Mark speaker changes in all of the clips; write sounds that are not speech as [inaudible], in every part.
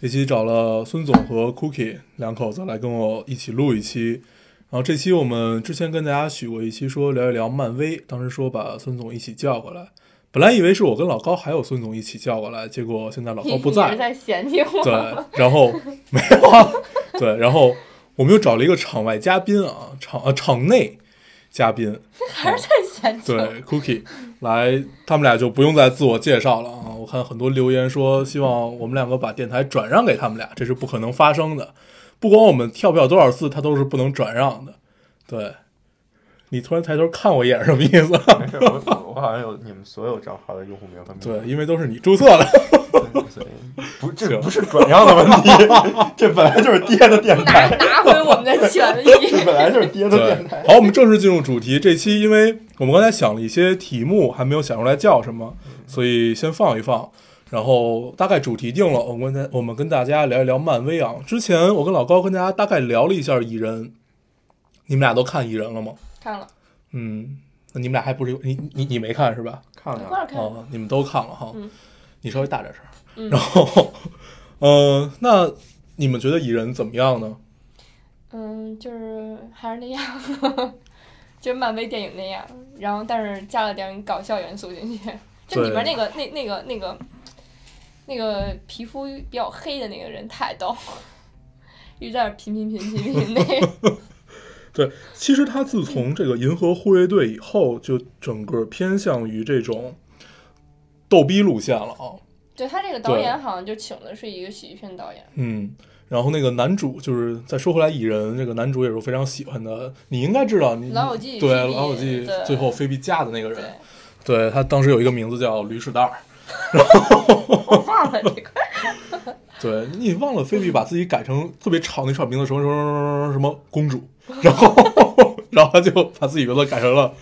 Speaker 1: 这期找了孙总和 Cookie 两口子来跟我一起录一期。然后这期我们之前跟大家许过一期，说聊一聊漫威，当时说把孙总一起叫过来，本来以为是我跟老高还有孙总一起叫过来，结果现在老高
Speaker 2: 一
Speaker 1: 哦不
Speaker 2: 直 [laughs]
Speaker 1: 在，
Speaker 2: 在嫌弃我。
Speaker 1: 对，然后没有啊，对，然后我们又找了一个场外嘉宾啊，场啊场内嘉宾，
Speaker 2: 还是在嫌弃我。
Speaker 1: 对 Cookie 来，他们俩就不用再自我介绍了啊。我看很多留言说希望我们两个把电台转让给他们俩，这是不可能发生的。不管我们跳票多少次，他都是不能转让的。对，你突然抬头看我一眼，什么意思？ [laughs]
Speaker 3: 没 [laughs] 事，我我好像有你们所有账号的用户名和名字。
Speaker 1: 对，因为都是你注册的。
Speaker 3: 对，所以不，
Speaker 1: 行
Speaker 3: 这不是转让的问题，这本来就是爹的电
Speaker 2: 拿
Speaker 3: 台，
Speaker 2: 拿回我们的权
Speaker 3: 这
Speaker 2: 利。 [laughs]
Speaker 3: 本来就是爹的电台。
Speaker 1: 好，我们正式进入主题。这期因为我们刚才想了一些题目，还没有想出来叫什么，
Speaker 2: 嗯
Speaker 1: 所以先放一放。然后大概主题定了，我们跟我们跟大家聊一聊漫威啊。之前我跟老高跟大家大概聊了一下蚁人，你们俩都看蚁人了吗？
Speaker 2: 看了，
Speaker 1: 嗯，那你们俩还不是有你你你没看是吧？
Speaker 3: 看
Speaker 2: 一块
Speaker 3: 看，
Speaker 2: 儿看。
Speaker 1: 哦，你们都看了哈。
Speaker 2: 嗯
Speaker 1: 你稍微大点声。
Speaker 2: 嗯
Speaker 1: 然后，呃，那你们觉得蚁人怎么样呢？
Speaker 2: 嗯，就是还是那样， [laughs] 就是漫威电影那样，然后但是加了点搞笑元素进去。就里边那个那那个那个那个皮肤比较黑的那个人太逗，一直在那儿频频频频频那 [laughs] 个。
Speaker 1: 对，其实他
Speaker 2: 嗯
Speaker 1: 自从这个《银河护卫队》以后，就整个偏向于这种逗逼路线了啊。
Speaker 2: 对他这个导
Speaker 1: 对
Speaker 2: 演好像就请的是一个喜剧片导演，
Speaker 1: 嗯，然后那个男主就是再说回来，蚁人这个男主也是我非常喜欢的。你应该知道，你
Speaker 2: 老友记
Speaker 1: 对
Speaker 2: 菲比
Speaker 1: 老友记
Speaker 2: 对
Speaker 1: 最后菲比嫁的那个
Speaker 2: 对，
Speaker 1: 人，对他当时有一个名字叫驴屎蛋儿。
Speaker 2: 我忘了这块。
Speaker 1: 对你忘了菲比把自己改成特别吵那串名字什么什么什么什么公主，然后 [laughs] 然后他就把自己名字改成了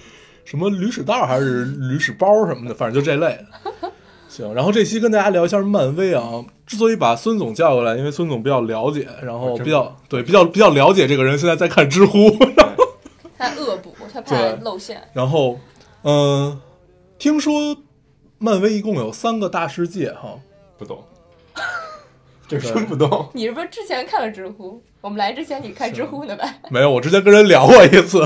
Speaker 1: 什么驴屎蛋儿还是驴屎包什么的，反正就这类的。行，然后这期跟大家聊一下漫威啊。之所以把孙总叫过来，因为孙总比较了解，然后
Speaker 3: 我真
Speaker 1: 比较对比较比较了解这个人，现在在看知乎， [laughs]
Speaker 2: 他恶补，他怕
Speaker 1: 对
Speaker 2: 露馅。
Speaker 1: 然后，嗯、听说漫威一共有三个大世界哈，
Speaker 3: 不 [laughs] 懂，这真不懂。
Speaker 2: [laughs] 你是不是之前看了知乎？我们来之前你看知乎呢吧？
Speaker 1: 没有，我之前跟人聊过一次，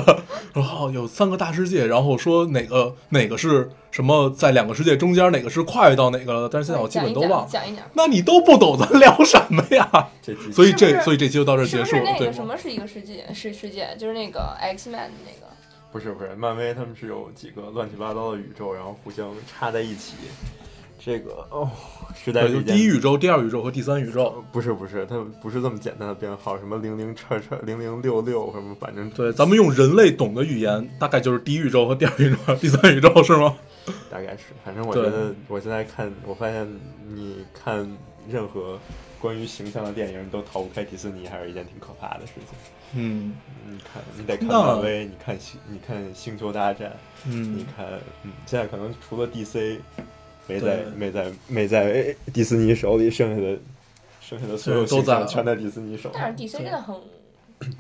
Speaker 1: 然后有三个大世界，然后说哪个哪个是什么，在两个世界中间哪个是跨越到哪个了，但是现在我基
Speaker 2: 讲
Speaker 1: 本
Speaker 2: 一
Speaker 1: 都
Speaker 2: 讲，
Speaker 1: 忘了。
Speaker 2: 讲一讲，
Speaker 1: 那你都不懂，咱聊什么呀？
Speaker 3: 这集
Speaker 1: 所以这
Speaker 2: 是不是
Speaker 1: 所以这期就到这儿
Speaker 2: 是
Speaker 1: 结
Speaker 2: 不
Speaker 1: 束了，
Speaker 2: 是那
Speaker 1: 对吗
Speaker 2: 个什么是一个世界？是世界，就是那个 X Man 的那个。
Speaker 3: 不是不是，漫威他们是有几个乱七八糟的宇宙，然后互相插在一起。这个哦，时代
Speaker 1: 对，就
Speaker 3: 之
Speaker 1: 第一
Speaker 3: 间
Speaker 1: 宇宙、第二宇宙和第三宇宙。
Speaker 3: 不是不是，它不是这么简单的编号，什么零零叉叉零零六六什么，反正
Speaker 1: 对，咱们用人类懂的语言，大概就是第一宇宙和第二宇宙、第三宇宙，是吗？嗯
Speaker 3: 大概是，反正我觉
Speaker 1: 对
Speaker 3: 得我现在看，我发现你看任何关于形象的电影，你都逃不开迪士尼，还是一件挺可怕的事情。
Speaker 1: 嗯
Speaker 3: 你看，你得看
Speaker 1: 那
Speaker 3: 漫威，你看星，你看星球大战，你
Speaker 1: 嗯，
Speaker 3: 看，嗯，现在可能除了 DC
Speaker 1: 对
Speaker 3: 没在没在没在哎迪士尼手里，剩下的剩下的所有
Speaker 1: 对都
Speaker 3: 形
Speaker 1: 在
Speaker 3: 象
Speaker 1: 了
Speaker 3: 全在迪士尼手里，
Speaker 2: 但是 DC
Speaker 1: 对
Speaker 2: 真
Speaker 1: [laughs]
Speaker 2: 的很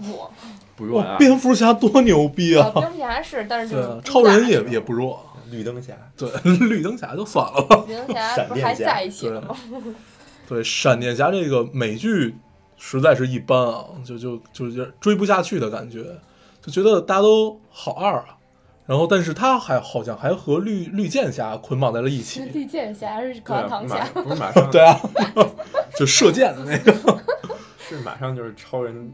Speaker 2: 弱，
Speaker 3: 不弱
Speaker 1: 哇，
Speaker 3: 啊，
Speaker 1: 蝙蝠侠多牛逼
Speaker 2: 呃
Speaker 1: 啊！
Speaker 2: 蝙蝠侠是，但是就
Speaker 1: 对啊
Speaker 2: 是，
Speaker 1: 超人也也不弱，
Speaker 3: 绿灯侠。
Speaker 1: 对， [laughs] 绿灯侠就算了吧。
Speaker 2: 蝙蝠侠
Speaker 3: 闪
Speaker 2: 不是
Speaker 3: 电
Speaker 2: 还
Speaker 3: 侠
Speaker 2: 在一起
Speaker 1: 对
Speaker 2: 了吗？
Speaker 1: 对，闪电侠这个美剧实在是一般啊，就就就是追不下去的感觉，就觉得大家都好二啊。然后，但是他还好像还和绿绿箭侠捆绑在了一
Speaker 2: 是
Speaker 1: 起，
Speaker 2: 绿箭侠还是口
Speaker 3: 对
Speaker 2: 香
Speaker 3: 啊，
Speaker 2: 糖
Speaker 3: 马
Speaker 2: 侠？
Speaker 3: 不是马
Speaker 1: [laughs]
Speaker 3: 上
Speaker 1: 对啊，就射箭的那个，
Speaker 3: 是马上就是超人，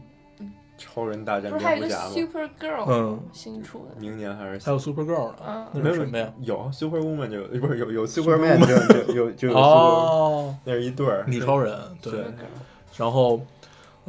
Speaker 3: 超人大
Speaker 2: [laughs]
Speaker 3: 战
Speaker 2: 不是还有一
Speaker 3: 蝙蝠
Speaker 2: 个
Speaker 3: 侠吗？
Speaker 2: Super Girl
Speaker 1: 嗯，
Speaker 2: 新出的？
Speaker 3: 明年还是
Speaker 1: 还有 Super Girl 呢，
Speaker 2: 嗯
Speaker 1: 那是什么呀？
Speaker 3: 有 Super Woman 就有不是有有 Superman 就有有就有 Super，
Speaker 1: 哦，
Speaker 3: 那是一对儿
Speaker 1: 女超人，对
Speaker 3: 对。
Speaker 1: 然后，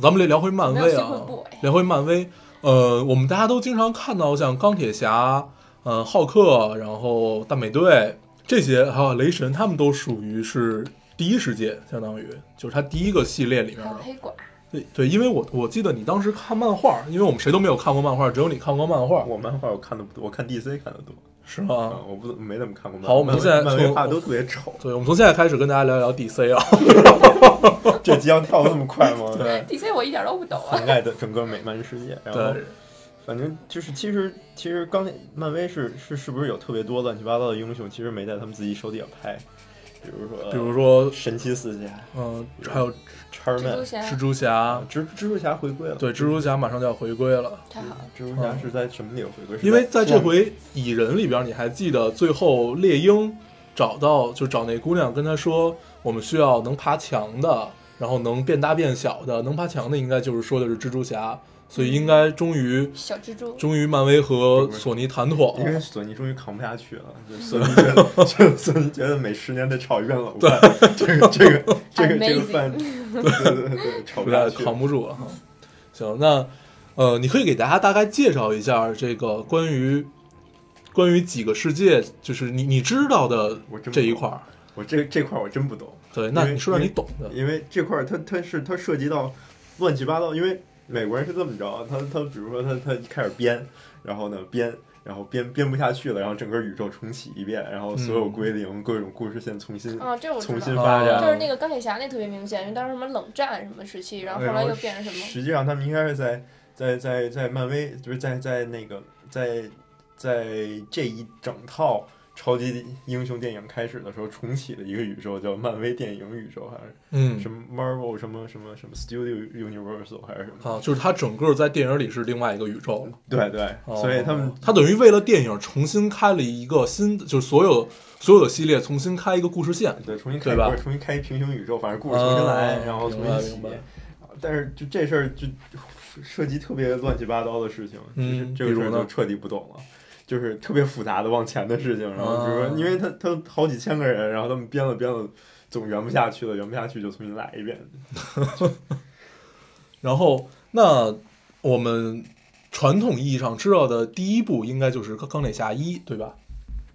Speaker 1: 咱们聊回漫威
Speaker 2: 没有
Speaker 1: 啊
Speaker 2: Secret Boy，
Speaker 1: 聊回漫
Speaker 2: 哎
Speaker 1: 威。呃，我们大家都经常看到像钢铁侠、呃，浩克，然后大美队这些，还有雷神，他们都属于是第一世界，相当于就是它第一个系列里面
Speaker 2: 嗯还有
Speaker 1: 的。
Speaker 2: 黑寡，
Speaker 1: 对对，因为我我记得你当时看漫画，因为我们谁都没有看过漫画，只有你看过漫画，
Speaker 3: 我漫画我看的不多，我看 DC 看的多
Speaker 1: 是吗？
Speaker 3: 啊，我不没怎么看过漫画。
Speaker 1: 好我们现在
Speaker 3: 漫威
Speaker 1: 从，
Speaker 3: 画都特别丑
Speaker 1: 对，我们从现在开始跟大家聊一聊 DC 啊，
Speaker 3: 这集要跳得这么快吗？
Speaker 1: [laughs] 对
Speaker 2: DC 我一点都不懂啊。
Speaker 3: 涵盖的整个美漫世界。然后
Speaker 1: 对，
Speaker 3: 反正就是，其实其实刚漫威是是是不是有特别多乱七八糟的英雄，其实没在他们自己手底下拍，比如说
Speaker 1: 比如说
Speaker 3: 神奇四侠、
Speaker 1: 嗯，还有
Speaker 2: 蜘蛛
Speaker 3: Charman，
Speaker 2: 侠
Speaker 1: 蜘蛛侠，
Speaker 2: 嗯
Speaker 3: 蜘蜘蛛侠回归了。
Speaker 1: 对，蜘蛛侠马上就要回归了。
Speaker 2: 太好了，
Speaker 3: 蜘蛛侠是在什么里回归？是
Speaker 1: 因为在这
Speaker 3: 光
Speaker 1: 回蚁人里边，你还记得最后猎鹰找到就找那姑娘，跟她说，我们需要能爬墙的，然后能变大变小的，能爬墙的应该就是说的是蜘蛛侠，所以应该终于
Speaker 2: 小蜘蛛，
Speaker 1: 终于漫威和索尼谈妥
Speaker 3: 因为
Speaker 1: 了，
Speaker 3: 索尼终于扛不下去了，就索尼觉得，就索尼觉得每十年得炒一遍冷饭，这个这个这个这个
Speaker 2: Amazing
Speaker 3: 饭，对对对对，炒
Speaker 1: 实
Speaker 3: 不
Speaker 1: 在
Speaker 3: 下去。
Speaker 1: 扛不住
Speaker 3: 嗯
Speaker 1: 了哈。行，那呃，你可以给大家大概介绍一下这个关于关于几个世界，就是你你知道的
Speaker 3: 我真不
Speaker 1: 这一
Speaker 3: 懂
Speaker 1: 块儿。
Speaker 3: 我这这块儿我真不懂，
Speaker 1: 对，那
Speaker 3: 因为
Speaker 1: 你说说
Speaker 3: 因
Speaker 1: 你
Speaker 3: 为
Speaker 1: 懂的。
Speaker 3: 因为这块儿它它是它涉及到乱七八糟，因为美国人是这么着，他他比如说他他一开始编，然后呢编。然后编编不下去了，然后整个宇宙重启一遍，然后所有归零，各种故事线重新、
Speaker 2: 啊，这我知
Speaker 3: 重新
Speaker 2: 道。
Speaker 3: 发展。
Speaker 2: 就是那个钢铁侠那特别明显，因为当时什么冷战什么时期，然后后来又变成什么
Speaker 3: 实际上，他们应该是在在在在漫威，就是在在那个在在这一整套超级英雄电影开始的时候重启的一个宇宙，叫漫威电影宇宙，还是
Speaker 1: 嗯，
Speaker 3: 什么 Marvel 什么什么什么 Studio Universal 还是什么？
Speaker 1: 啊，就是它整个在电影里是另外一个宇宙了，
Speaker 3: 对对，
Speaker 1: 哦
Speaker 3: 所以他们
Speaker 1: 它等于为了电影重新开了一个新，就是所有所有的系列重新开一个故事线，
Speaker 3: 对重新开
Speaker 1: 对吧
Speaker 3: 不是重新开一平行宇宙，反正故事重新来，
Speaker 1: 啊
Speaker 3: 然后重
Speaker 1: 明白
Speaker 3: 新洗
Speaker 1: 明白。
Speaker 3: 但是就这事儿就涉及特别乱七八糟的事情，
Speaker 1: 嗯
Speaker 3: 就是这个事
Speaker 1: 比
Speaker 3: 儿
Speaker 1: 如呢
Speaker 3: 就彻底不懂了。就是特别复杂的往前的事情，然后比如
Speaker 1: 啊
Speaker 3: 说，因为他他好几千个人，然后他们编了编了，总圆不下去了，圆不下去就重新来一遍。
Speaker 1: 然后那我们传统意义上知道的第一部应该就是钢钢铁侠一，对吧？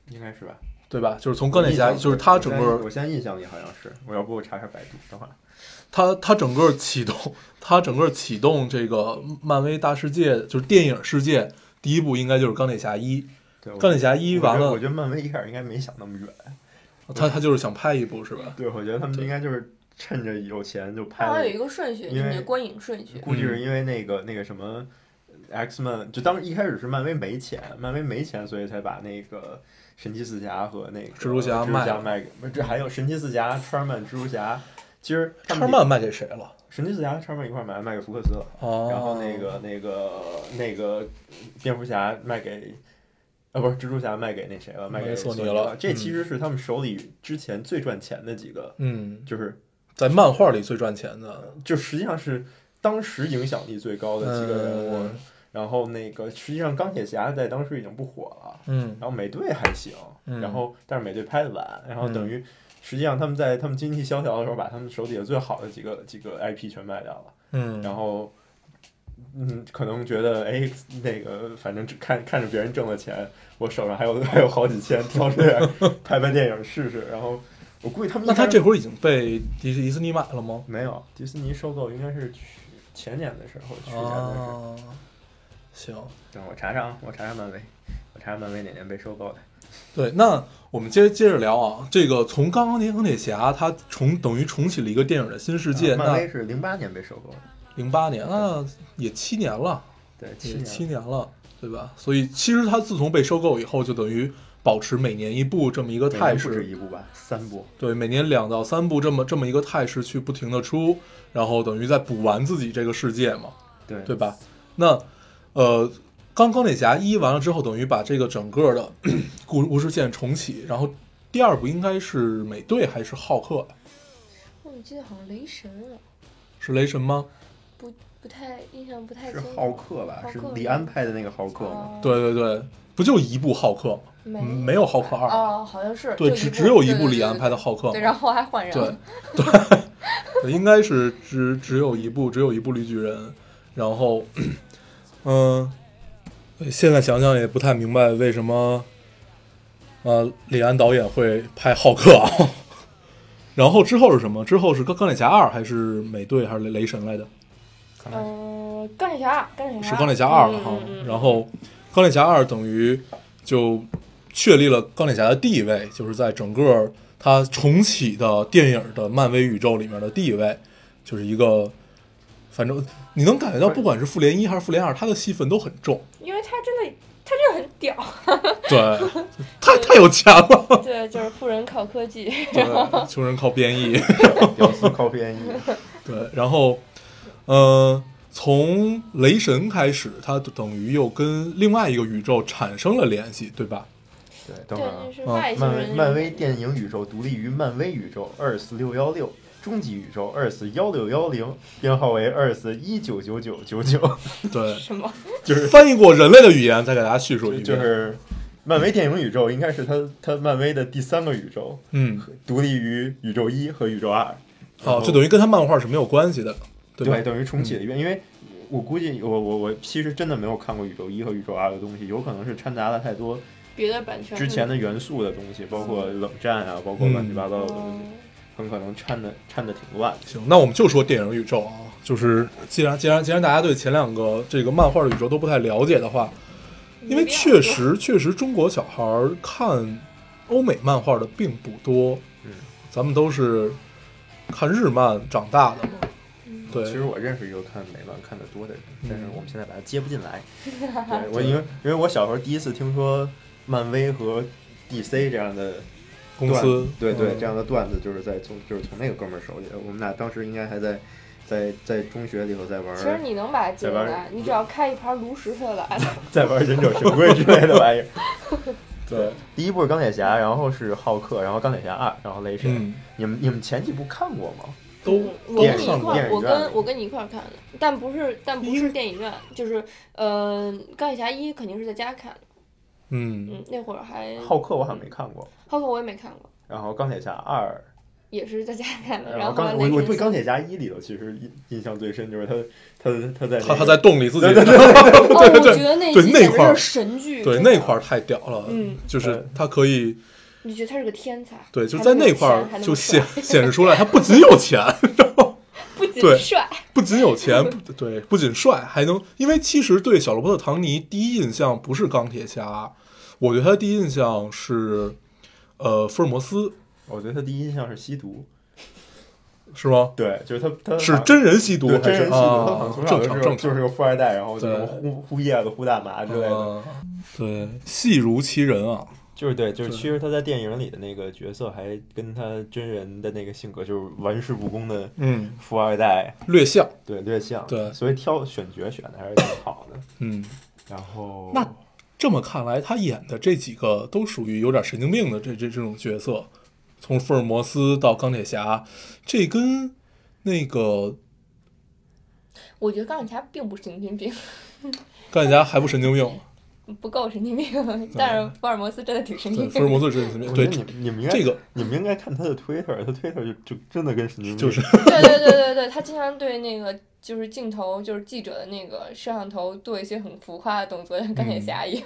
Speaker 3: 应该是吧？
Speaker 1: 对吧？就是从钢铁侠，
Speaker 3: 印象
Speaker 1: 就是它整
Speaker 3: 我现在
Speaker 1: 个
Speaker 3: 我现在印象里好像是，我要不我查查百度，等会儿。
Speaker 1: 它它整个启动， [laughs] 它整个启动这个漫威大世界，就是电影世界，第一部应该就是钢铁侠一。
Speaker 3: 对，我
Speaker 1: 钢铁侠一
Speaker 3: 我觉
Speaker 1: 完
Speaker 3: 得
Speaker 1: 了
Speaker 3: 我，觉得漫威一开始应该没想那么远，
Speaker 1: 他他就是想拍一部是吧？
Speaker 3: 对，我觉得他们应该就是趁着有钱就拍
Speaker 2: 它好
Speaker 3: 了
Speaker 2: 像有一个顺序，就
Speaker 3: 因为
Speaker 2: 是你的观影顺序。
Speaker 3: 估计
Speaker 1: 嗯
Speaker 3: 是因为那个那个什么 X Men，就当一开始是漫威没钱，漫威没钱，所以才把那个神奇四侠和那个
Speaker 1: 蜘蛛侠
Speaker 3: 蜘蛛
Speaker 1: 卖
Speaker 3: 侠
Speaker 1: 了
Speaker 3: 卖给，不是这还有神奇四侠、超人曼、蜘蛛侠，其实他
Speaker 1: 叉
Speaker 3: 们
Speaker 1: 曼卖给谁了？
Speaker 3: 神奇四侠、超人曼一块儿买，卖给福克斯了，
Speaker 1: 哦，
Speaker 3: 然后那个那个那个蝙蝠侠卖给。啊，不是蜘蛛侠卖给那谁了，卖
Speaker 1: 卖给
Speaker 3: 给
Speaker 1: 索尼
Speaker 3: 尼
Speaker 1: 了
Speaker 3: 这
Speaker 1: 嗯
Speaker 3: 其实是他们手里之前最赚钱的几个，
Speaker 1: 嗯，
Speaker 3: 就是
Speaker 1: 在漫画里最赚钱的
Speaker 3: 就实际上是当时影响力最高的几个人物。
Speaker 1: 嗯
Speaker 3: 然后那个实际上钢铁侠在当时已经不火了，
Speaker 1: 嗯
Speaker 3: 然后美队还行，
Speaker 1: 嗯
Speaker 3: 然后但是美队拍的晚，然后等于实际上他们在他们经济萧条的时候，把他们手底下最好的几个几个 IP 全卖掉了，
Speaker 1: 嗯，
Speaker 3: 然后。嗯，可能觉得哎，那个反正只看看着别人挣了钱，我手上还有还有好几千，挑这
Speaker 1: [laughs]
Speaker 3: 样拍拍电影试试。然后我估计他们一
Speaker 1: 那他
Speaker 3: 开始
Speaker 1: 这会儿已经被迪士迪斯尼买了吗？
Speaker 3: 没有，迪士尼收购应该是去前年的事儿，或者去年的事儿。
Speaker 1: 啊，行，
Speaker 3: 等我查查啊，我查查漫威，我查查漫威哪年被收购的。
Speaker 1: 对，那我们接接着聊啊，这个从刚刚那钢铁侠，他重等于重启了一个电影的新世界，
Speaker 3: 啊漫
Speaker 1: 那
Speaker 3: 威是零八年被收购的，
Speaker 1: 零八年，那啊也七年了，
Speaker 3: 对，七
Speaker 1: 也
Speaker 3: 年。
Speaker 1: 七年了，对吧？所以其实他自从被收购以后，就等于保持每年一部这么一个
Speaker 3: 每
Speaker 1: 态
Speaker 3: 年不止
Speaker 1: 势，
Speaker 3: 一部吧，三部。
Speaker 1: 对，每年两到三部这么这么一个态势去不停的出，然后等于在补完自己这个世界嘛，
Speaker 3: 对
Speaker 1: 对吧？那呃，刚钢铁侠一完了之后，等于把这个整个的 [clears throat] 故故事线重启，然后第二部应该是美队还是浩克？啊
Speaker 2: 我记得好像雷神了，
Speaker 1: 是雷神吗？
Speaker 2: 不不太印象不太
Speaker 3: 是
Speaker 2: 清。
Speaker 3: 浩克吧？
Speaker 2: 浩
Speaker 3: 是
Speaker 2: 克
Speaker 3: 李安拍的那个浩克吗？
Speaker 2: 哦
Speaker 1: 对对对，不就一部浩克吗？
Speaker 2: 没
Speaker 1: 嗯没有浩克二，
Speaker 2: 哦，好像是
Speaker 1: 对，
Speaker 2: 就
Speaker 1: 只
Speaker 2: 部
Speaker 1: 只有一
Speaker 2: 对
Speaker 1: 部
Speaker 2: 对
Speaker 1: 李
Speaker 2: 对
Speaker 1: 安
Speaker 2: 对
Speaker 1: 拍的浩克嘛。
Speaker 2: 对，然后还换人
Speaker 1: 对
Speaker 2: 了，
Speaker 1: 对，应该是只只有一部，只有一部绿巨人。然后，嗯、现在想想也不太明白为什么，呃，李安导演会拍浩克啊。 [laughs] 然后之后是什么？之后是钢钢铁侠二还是美队还是雷雷神来着？
Speaker 2: 嗯，钢铁侠二，钢铁侠
Speaker 1: 是钢铁侠二了哈。然后钢铁侠二等于就确立了钢铁侠的地位，就是在整个它重启的电影的漫威宇宙里面的地位，就是一个反正你能感觉到，不管是复联一还是复联二，它的戏份都很重。
Speaker 2: 因为他真的他真的很屌， [laughs]
Speaker 1: 对，太太有钱了。
Speaker 2: 对，就是富人靠
Speaker 1: [laughs]
Speaker 2: 科技，
Speaker 1: 对，穷人靠编译。
Speaker 2: 哦
Speaker 3: 屌丝靠边译，
Speaker 1: 对，然后，呃，从雷神开始，它等于又跟另外一个宇宙产生了联系，对吧？
Speaker 3: 对，
Speaker 2: [laughs]
Speaker 3: 等
Speaker 2: 对
Speaker 3: 会儿啊，
Speaker 2: 就是
Speaker 1: 嗯
Speaker 2: 外星
Speaker 3: 漫威
Speaker 2: 人，
Speaker 3: 漫威电影宇宙独立于漫威宇宙二四六幺六。终极宇宙二四幺六幺零，编号为二四一九九九九九，
Speaker 1: 对，
Speaker 2: 什么？
Speaker 3: 就是
Speaker 1: 翻译过人类的语言，再给大家叙述一遍。
Speaker 3: 就是漫威电影宇宙应该是它它漫威的第三个宇宙，
Speaker 1: 嗯，
Speaker 3: 独立于宇宙一和宇宙二。
Speaker 1: 哦，就等于跟他漫画是没有关系的，对吧？嗯
Speaker 3: 对，等于重启了一遍。因为我估计我我我其实真的没有看过宇宙一和宇宙二的东西，有可能是掺杂了太多
Speaker 2: 别的版权
Speaker 3: 之前的元素的东西，包括
Speaker 2: 嗯
Speaker 3: 冷战啊，包括乱七八糟的东西，很可能掺的掺的挺乱。
Speaker 1: 行，那我们就说电影宇宙啊，就是既然既然既然大家对前两个这个漫画的宇宙都不太了解的话，因为确实确实中国小孩儿看欧美漫画的并不多，
Speaker 3: 嗯，
Speaker 1: 咱们都是看日漫长大的嘛，对，
Speaker 3: 其实我认识一个看美漫看的多的人，但是
Speaker 1: 嗯
Speaker 3: 我们现在把他接不进
Speaker 2: [laughs]
Speaker 3: 来。对我因为因为我小时候第一次听说漫威和 DC 这样的
Speaker 1: 公司
Speaker 3: 段对对、
Speaker 1: 嗯
Speaker 3: 这样的段子，就是在从就是从那个哥们儿手里的。我们俩当时应该还在在在中学里头在玩
Speaker 2: 其实你能把它接过
Speaker 3: 在
Speaker 2: 来
Speaker 3: 玩，
Speaker 2: 你只要开一盘炉石，它就来了。
Speaker 3: 在玩忍者神龟之类的玩意儿。
Speaker 1: 嗯对，
Speaker 3: [laughs] 第一部是钢铁侠，然后是浩克，然后钢铁侠二，然后雷神。
Speaker 1: 嗯，
Speaker 3: 你们你们前几部看过吗？
Speaker 1: 都
Speaker 2: 嗯我
Speaker 1: 都
Speaker 2: 跟你一
Speaker 1: 看过
Speaker 2: 块，儿，
Speaker 3: 电影
Speaker 2: 我
Speaker 3: 院里
Speaker 2: 跟我跟你一块儿看的，但不是但不是电影院，就是呃，钢铁侠一肯定是在家看的，
Speaker 1: 嗯，
Speaker 2: 嗯，那会儿还
Speaker 3: 浩克我好像没看过，
Speaker 2: 浩克我也没看过，
Speaker 3: 然后钢铁侠二，
Speaker 2: 也是在家看
Speaker 1: 哎
Speaker 2: 的。
Speaker 3: 然
Speaker 2: 后
Speaker 3: 后
Speaker 2: 后来
Speaker 3: 钢我我对
Speaker 2: 雷神
Speaker 3: 钢铁侠一里头其实印印象最深就是他他他在那
Speaker 1: 他他
Speaker 3: 个
Speaker 1: 在洞里自己，
Speaker 3: 对对
Speaker 2: 哦，
Speaker 1: 对
Speaker 2: 我觉得那
Speaker 1: 对
Speaker 2: 集
Speaker 1: 那
Speaker 2: 简直
Speaker 1: 块儿
Speaker 2: 就是神剧，
Speaker 1: 对
Speaker 2: 真的
Speaker 1: 那块儿太屌了，
Speaker 2: 嗯，
Speaker 1: 就是
Speaker 3: 对
Speaker 1: 他可以。
Speaker 2: 你觉得他是个天才，
Speaker 1: 对，就
Speaker 2: 还
Speaker 1: 在
Speaker 2: 么
Speaker 1: 那
Speaker 2: 有
Speaker 1: 块儿
Speaker 2: 钱还那
Speaker 1: 就
Speaker 2: 么
Speaker 1: 显
Speaker 2: 帅
Speaker 1: 显示出来，他不仅有钱，
Speaker 2: 不仅
Speaker 1: 对
Speaker 2: 帅，
Speaker 1: 不仅有钱，不对，不仅帅，还能，因为其实对小罗伯特·唐尼第一印象不是钢铁侠，我对他的第一印象是，呃，福尔摩斯
Speaker 3: 我对他第一印象是吸毒，
Speaker 1: 是吗？
Speaker 3: 对，就是他他
Speaker 1: 是真人吸毒
Speaker 3: 对
Speaker 1: 还
Speaker 3: 真
Speaker 1: 是
Speaker 3: 人吸毒，他好
Speaker 1: 啊
Speaker 3: 像从？小
Speaker 1: 正
Speaker 3: 的
Speaker 1: 常
Speaker 3: 时候
Speaker 1: 正
Speaker 3: 就
Speaker 1: 常
Speaker 3: 是个富二代，然后就
Speaker 1: 对
Speaker 3: 是呼呼叶子、呼大麻之类的，
Speaker 1: 啊对，戏如其人啊，
Speaker 3: 就是对，就是
Speaker 1: 对
Speaker 3: 其实他在电影里的那个角色还跟他真人的那个性格就是玩世不恭的
Speaker 1: 嗯，
Speaker 3: 富二代，
Speaker 1: 略像，
Speaker 3: 对，略像，
Speaker 1: 对
Speaker 3: 所以挑选角选的还是挺好的。
Speaker 1: 嗯，
Speaker 3: 然后
Speaker 1: 那这么看来，他演的这几个都属于有点神经病的这这这种角色，从福尔摩斯到钢铁侠，这跟那个
Speaker 2: 我觉得钢铁侠并不神经病，
Speaker 1: 钢铁侠还不神经病，
Speaker 2: 不够神经病，但是福尔摩斯真的挺神 [laughs]
Speaker 1: 对，
Speaker 2: 经
Speaker 1: 福尔
Speaker 2: 病。
Speaker 1: 摩斯是神经病，
Speaker 3: 我觉
Speaker 1: 对
Speaker 3: 得，你们你们应该
Speaker 1: 这个
Speaker 3: 你们应该看他的 Twitter，他 Twitter 就就真的跟神经病 [laughs]
Speaker 1: 就是
Speaker 2: 对对对对对，他经常对那个就是镜头，就是记者的那个摄像头做一些很浮夸的动作，像钢铁侠一样。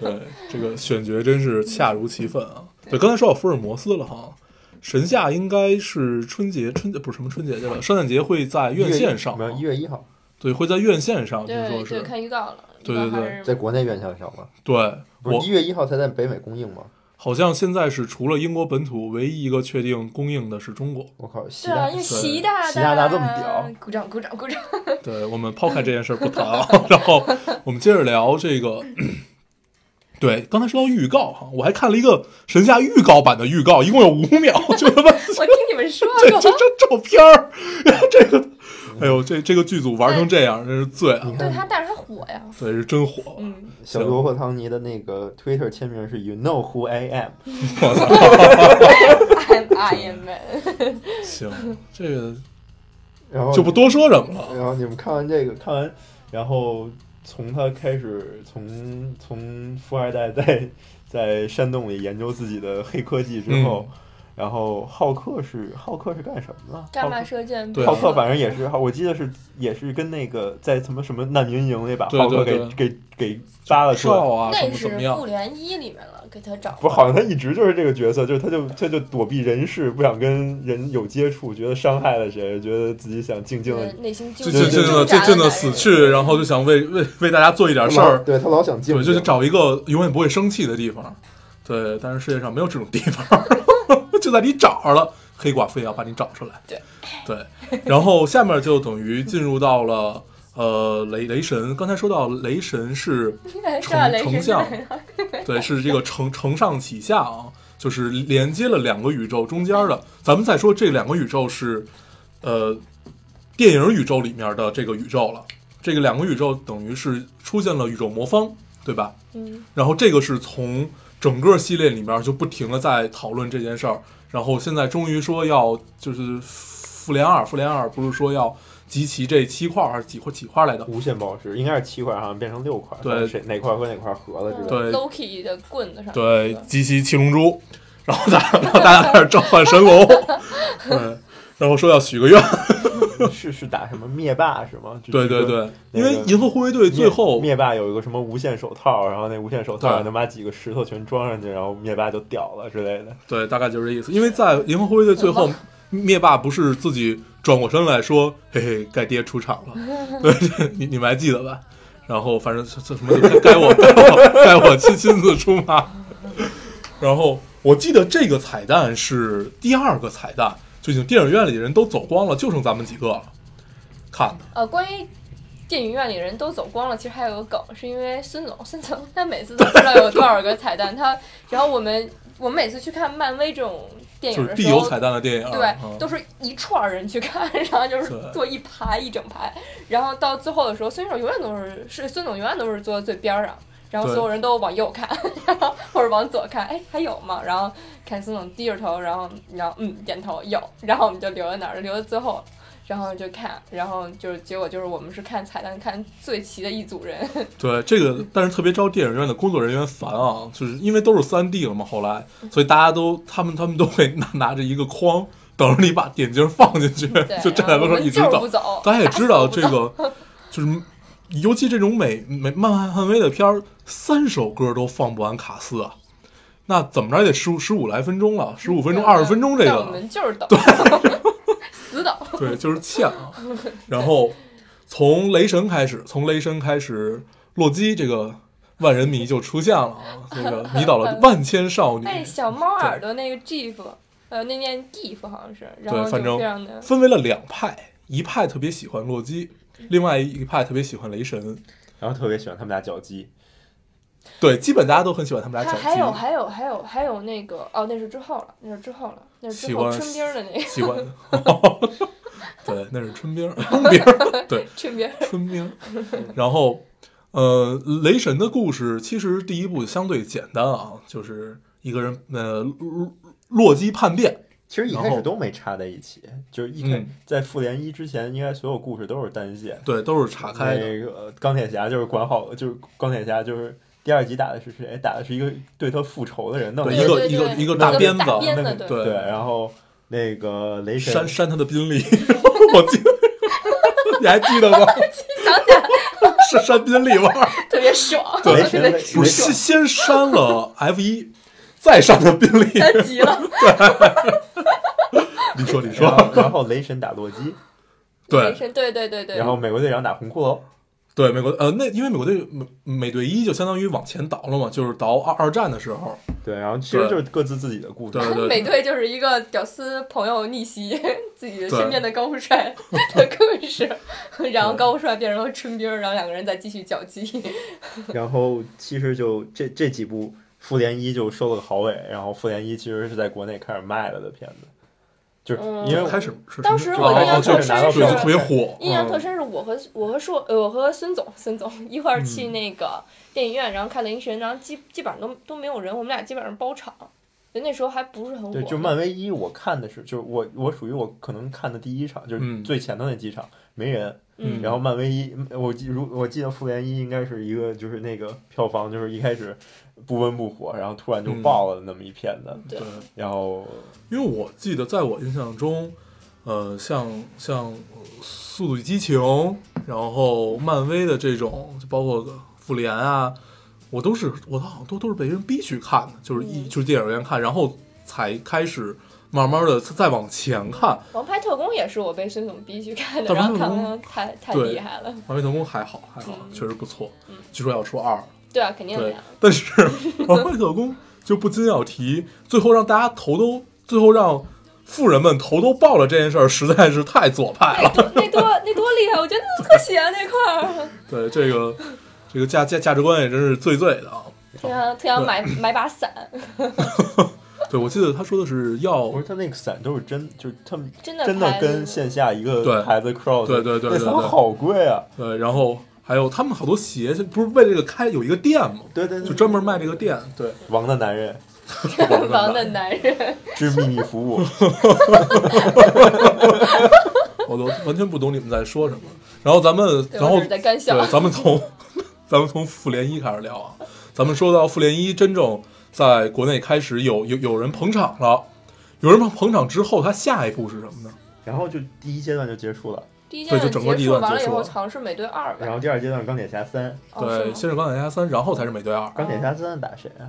Speaker 1: 对，这个选角真是恰如其分啊！对，刚才说到福尔摩斯了哈，神夏应该是春节春不是什么春节去了，圣诞节会在院线上
Speaker 3: 没
Speaker 1: 啊
Speaker 3: 有，一月一号
Speaker 1: 对，会在院线上，听
Speaker 2: 对
Speaker 1: 说
Speaker 2: 对，
Speaker 1: 是，
Speaker 2: 看预告了。
Speaker 1: 对对对
Speaker 3: 在国内院线上吗？
Speaker 1: 对
Speaker 3: 不是一
Speaker 1: 我
Speaker 3: 月一号才在北美公映吗？
Speaker 1: 好像现在是除了英国本土，唯一一个确定供应的是中国。
Speaker 3: 我靠，习
Speaker 2: 对啊，
Speaker 3: 大
Speaker 2: 因
Speaker 1: 对
Speaker 2: 为习大
Speaker 3: 习大大这么屌，
Speaker 2: 鼓掌鼓掌鼓掌。
Speaker 1: 对我们抛开这件事儿不谈啊， [laughs] 然后我们接着聊这个。 [clears throat] 对，刚才说到预告哈，我还看了一个神夏预告版的预告，一共有五秒， [laughs] 就他妈
Speaker 2: 我听你们说
Speaker 1: 这
Speaker 2: 过
Speaker 1: 这，这照片儿，然后这个，哎呦，这这个剧组玩成这样，真是醉啊！
Speaker 2: 对他，但是他火呀。
Speaker 1: 对，是真火，
Speaker 2: 嗯，
Speaker 3: 小罗伯特唐尼的那个 Twitter 签名是 You know who I am，
Speaker 1: 我操！
Speaker 2: I am man。
Speaker 1: 行，这个
Speaker 3: 然后
Speaker 1: 就不多说什么了。
Speaker 3: 然后你们看完这个，看完，然后从他开始，从从富二代在在山洞里研究自己的黑科技之后，
Speaker 1: 嗯
Speaker 3: 然后浩克是浩克是干什么了？
Speaker 2: 战
Speaker 3: 浩
Speaker 2: 马
Speaker 3: 克
Speaker 2: 射箭，
Speaker 1: 对
Speaker 3: 浩克反正也是，我记得是也是跟那个在什么什么难民营里把
Speaker 1: 对
Speaker 3: 浩克
Speaker 1: 对
Speaker 3: 给给给扒了出来。
Speaker 1: 照啊，什
Speaker 2: 那
Speaker 1: 么怎
Speaker 2: 是
Speaker 1: 么
Speaker 2: 《
Speaker 1: 样？
Speaker 2: 复联一》里面了，给他找。
Speaker 3: 不，好像他一直就是这个角色，就是他就他就躲避人世，不想跟人有接触，觉得伤害了谁，觉得自己想静静
Speaker 2: 就是
Speaker 3: 的。
Speaker 2: 内心纠
Speaker 1: 就静
Speaker 2: 结
Speaker 1: 静的、
Speaker 2: 挣扎
Speaker 1: 静静
Speaker 2: 男
Speaker 1: 的
Speaker 2: 人
Speaker 1: 死去，然后就想为为为大家做一点事
Speaker 3: 老
Speaker 1: 儿，
Speaker 3: 对他老想静
Speaker 1: 对，就
Speaker 3: 静，
Speaker 1: 是找一个永远不会生气的地方。对，但是世界上没有这种地方， [laughs] 就在你找着了，黑寡妇也要把你找出来。
Speaker 2: 对
Speaker 1: 对，然后下面就等于进入到了呃雷雷神，刚才说到雷神是
Speaker 2: 说到雷
Speaker 1: 丞
Speaker 2: 神
Speaker 1: 丞相，对，是这个承承上启下啊，就是连接了两个宇宙中间的。咱们再说这两个宇宙是，呃，电影宇宙里面的这个宇宙了。这个两个宇宙等于是出现了宇宙魔方，对吧？
Speaker 2: 嗯，
Speaker 1: 然后这个是从整个系列里面就不停的在讨论这件事儿，然后现在终于说要就是复联二，复联二不是说要集齐这七块儿还是几块几块来的？
Speaker 3: 无限宝石应该是七块，好像变成六块，
Speaker 1: 对
Speaker 3: 但是谁哪块和哪块合了之类的。
Speaker 1: 对
Speaker 2: Loki 的棍子上，
Speaker 1: 对，集齐七龙珠， [laughs] 然后大家然后大家开始召唤神龙， [laughs] 对，然后说要许个愿，
Speaker 3: 是是打什么灭霸是吗？就
Speaker 1: 对对
Speaker 3: 就
Speaker 1: 对，
Speaker 3: 那
Speaker 1: 因
Speaker 3: 个
Speaker 1: 为银河护卫队
Speaker 3: 灭
Speaker 1: 最后
Speaker 3: 灭霸有一个什么无限手套，然后那无限手套
Speaker 1: 对
Speaker 3: 能把几个石头全装上去，然后灭霸就掉了之类的。
Speaker 1: 对，大概就是这意思。因为在《银河护卫队》最后，灭霸不是自己转过身来说：“嘿嘿，该爹出场了。”
Speaker 2: 嗯
Speaker 1: 对，你你们还记得吧？然后反正这这什么该我该我该我亲亲自出马。然后我记得这个彩蛋是第二个彩蛋，就已经电影院里的人都走光了，就剩咱们几个了。看的，
Speaker 2: 呃，关于电影院里人都走光了，其实还有个梗，是因为孙总，孙总他每次都不知道有多少个彩蛋，他然后我们我们每次去看漫威这种电
Speaker 1: 就
Speaker 2: 影
Speaker 1: 是
Speaker 2: 的
Speaker 1: 必
Speaker 2: 时
Speaker 1: 有
Speaker 2: 候
Speaker 1: 彩。蛋的电影，
Speaker 2: 对，
Speaker 1: 嗯
Speaker 2: 都是一串儿人去看， [laughs] 然后就是
Speaker 1: 对
Speaker 2: 坐一排一整排，然后到最后的时候，孙总永远都是是孙总永远都是坐最边儿上，然后
Speaker 1: 对
Speaker 2: 所有人都往右看， [laughs] 然后或者往左看，哎还有吗？然后看孙总低着头，然后然后嗯点头有，然后我们就留在那儿，留到最后，然后就看，然后就是结果就是我们是看彩蛋看最齐的一组人， [laughs]
Speaker 1: 对这个，但是特别招电影院的工作人员烦啊，就是因为都是三 D 了嘛，后来，所以大家都他们他们都会拿拿着一个框，等着你把眼镜放进去
Speaker 2: 对，，
Speaker 1: 就站在
Speaker 2: 然后
Speaker 1: 门
Speaker 2: 我
Speaker 1: 口
Speaker 2: 们
Speaker 1: 一直
Speaker 2: 就是不
Speaker 1: 等。
Speaker 2: 走，
Speaker 1: 大家也
Speaker 2: 打死
Speaker 1: 知
Speaker 2: [laughs]
Speaker 1: 道
Speaker 2: 不
Speaker 1: 这
Speaker 2: 走
Speaker 1: 个，就是尤其这种美美漫漫威的片儿，三首歌都放不完卡斯啊，那怎么着也得十五十五来分钟了，十五分钟
Speaker 2: 对
Speaker 1: 二十分钟这
Speaker 2: 但我
Speaker 1: 个，
Speaker 2: 们就是等， [laughs] 死等， [laughs]
Speaker 1: 对，就是欠啊。然后从雷神开始，从雷神开始，洛基这个万人迷就出现了啊，这个迷倒
Speaker 2: [laughs]
Speaker 1: 了万千少女，
Speaker 2: 哎，小猫耳朵那个 GIF，呃，那念 GIF 好像是，然后
Speaker 1: 对反正
Speaker 2: 就非常的，
Speaker 1: 分为了两派，一派特别喜欢洛基，另外一派特别喜欢雷神。
Speaker 3: 然后特别喜欢他们俩脚鸡，
Speaker 1: 对，基本大家都很喜欢他们
Speaker 2: 还
Speaker 1: 俩
Speaker 2: 还有
Speaker 1: 小鸡，
Speaker 2: 还有还有还有那个哦，那是之后了，那是之后了，那是之后
Speaker 1: 喜欢
Speaker 2: 春兵儿的那个
Speaker 1: 喜
Speaker 2: [laughs]
Speaker 1: 欢。 [laughs] 对，那是春兵儿，冬兵儿，对，
Speaker 2: 春兵儿，
Speaker 1: 春兵儿。然后，呃，雷神的故事其实第一部相对简单啊，就是一个人，呃，洛洛基叛变，
Speaker 3: 其实一开
Speaker 1: 然
Speaker 3: 始
Speaker 1: 后
Speaker 3: 都没插在一起，就是一开、
Speaker 1: 嗯
Speaker 3: 在复联一之前，应该所有故事都是单线。
Speaker 1: 对，都是岔开的，
Speaker 3: 那个呃钢铁侠就是管好，就是钢铁侠就是第二集打的是谁？打的是一个对他复仇的人，弄
Speaker 1: 对
Speaker 3: 了
Speaker 1: [laughs] 一
Speaker 3: 个
Speaker 1: 个一个
Speaker 2: 对
Speaker 1: 一个
Speaker 3: 大
Speaker 1: 鞭子
Speaker 2: 大鞭
Speaker 3: 那
Speaker 2: 子，
Speaker 3: 个
Speaker 1: 对
Speaker 2: 对，
Speaker 3: 对，然后那个雷神
Speaker 1: 扇扇他的宾利， [laughs] 我记得，你还记得吗？
Speaker 2: 想起来
Speaker 1: 是扇宾
Speaker 2: [laughs]
Speaker 1: 利玩儿，
Speaker 2: 特别爽，
Speaker 1: [laughs]
Speaker 3: 雷
Speaker 2: 特
Speaker 3: 神
Speaker 2: 别
Speaker 3: 雷
Speaker 1: 不
Speaker 3: 神
Speaker 1: 是先先扇了 F 一，再扇了宾
Speaker 2: [laughs]
Speaker 1: 利，
Speaker 2: 太急了，
Speaker 1: 你说你
Speaker 3: 然
Speaker 1: 说，
Speaker 3: 后然后雷神打洛基，
Speaker 2: 雷
Speaker 1: 对
Speaker 2: 神，对对对对，
Speaker 3: 然后美国队长打红骷髅，
Speaker 1: 对，美国呃那因为美国队美美队一就相当于往前倒了嘛，就是倒二二战的时候，
Speaker 3: 对，然后其实就是各自自己的故事
Speaker 1: 对。对
Speaker 2: 美
Speaker 1: 对。
Speaker 2: 队就是一个屌丝朋友逆袭自己的
Speaker 1: 对
Speaker 2: 身边的高富帅的故事，
Speaker 1: [laughs]
Speaker 2: 然后高富帅变成了春兵儿，然后两个人再继续搅基。
Speaker 3: 然后其实就这这几部复联一就收了个好尾，然后复联一其实是在国内开始卖了的片子，就是
Speaker 2: 嗯
Speaker 3: 因为
Speaker 1: 开始是
Speaker 2: 当时我
Speaker 3: 印象
Speaker 1: 哦哦就
Speaker 3: 特深
Speaker 1: 对
Speaker 3: 是
Speaker 1: 就特别火，
Speaker 2: 印象特
Speaker 1: 嗯
Speaker 2: 深是我和我和硕，呃，我和孙总，孙总一块儿
Speaker 1: 嗯
Speaker 2: 去那个电影院，然后看雷神，然后基基本上都都没有人，我们俩基本上包场。就那时候还不是很火
Speaker 3: 对，
Speaker 2: 呢，
Speaker 3: 就漫威一我看的是，就是我我属于我可能看的第一场，就是
Speaker 1: 嗯
Speaker 3: 最前头那几场、没人，
Speaker 2: 嗯
Speaker 3: 然后漫威一，我记如我记得复联一应该是一个就是那个票房就是一开始不温不火，然后突然就
Speaker 1: 嗯
Speaker 3: 爆了那么一片的，
Speaker 2: 对
Speaker 1: 对，
Speaker 3: 然后
Speaker 1: 因为我记得，在我印象中，呃，像像《呃速度与激情》，然后漫威的这种，就包括复联啊，我都是我好像都都是被人逼去看的，就是
Speaker 2: 嗯
Speaker 1: 一、就是电影院看，然后才开始慢慢的再往前看。
Speaker 2: 《王牌特工》也是我被孙总逼去看的，
Speaker 1: 但
Speaker 2: 然后
Speaker 1: 王牌
Speaker 2: 看
Speaker 1: 特工
Speaker 2: 完太太
Speaker 1: 对
Speaker 2: 厉害了。
Speaker 1: 《华为特工》还好还好，
Speaker 2: 嗯
Speaker 1: 确实不错，据说要出二。
Speaker 2: 对啊，肯定的
Speaker 1: 对
Speaker 2: 呀。，
Speaker 1: 但是《王牌特工》就不禁要提，最后让大家头都，最后让富人们头都爆了这件事儿，实在是太左派
Speaker 2: 那
Speaker 1: 了。
Speaker 2: 多那多那多厉害！我觉得特写啊那块儿，
Speaker 1: 对这个这个价价价值观也真是最最的啊。 [laughs]
Speaker 2: 特想特想买买把伞，
Speaker 1: 对，我记得他说的是要
Speaker 3: 我说他那个伞都是真，就是他们
Speaker 2: 真的
Speaker 3: 真的
Speaker 2: 牌子
Speaker 3: 跟线下一
Speaker 1: 对
Speaker 3: 个牌子 cross，
Speaker 1: 对对对对
Speaker 3: 那
Speaker 1: 对
Speaker 3: 伞好贵啊！
Speaker 1: 对，呃然后还有他们好多鞋，就不是为这个开有一个店嘛，
Speaker 3: 对对对，
Speaker 1: 就专门卖这个店。对，
Speaker 3: 王的男人
Speaker 2: 王的男人， [laughs]
Speaker 3: 之秘密
Speaker 1: [laughs]
Speaker 3: 服务，
Speaker 1: 我都完全不懂你们在说什么。然后咱们，
Speaker 2: 对
Speaker 1: 然
Speaker 2: 我
Speaker 1: 后
Speaker 2: 只是在干笑
Speaker 1: 对，咱们从咱们从复联一开始聊啊。咱们说到复联一真正在国内开始有有有人捧场了，有人捧捧场之后，他下一步是什么呢？
Speaker 3: 然后就第一阶段就结束了，
Speaker 2: 第一阶段
Speaker 1: 对就整个第
Speaker 2: 结
Speaker 1: 一
Speaker 2: 束
Speaker 1: 段
Speaker 2: 完了
Speaker 1: 结
Speaker 2: 以
Speaker 1: 束
Speaker 2: 后，
Speaker 1: 了
Speaker 2: 尝试美队二
Speaker 3: 然
Speaker 2: 吧。
Speaker 3: 后第二阶段是钢铁侠三，
Speaker 2: 哦是
Speaker 1: 对，
Speaker 2: 吗
Speaker 1: 先是钢铁侠三，然后才是美队二。
Speaker 3: 钢铁侠三打谁啊？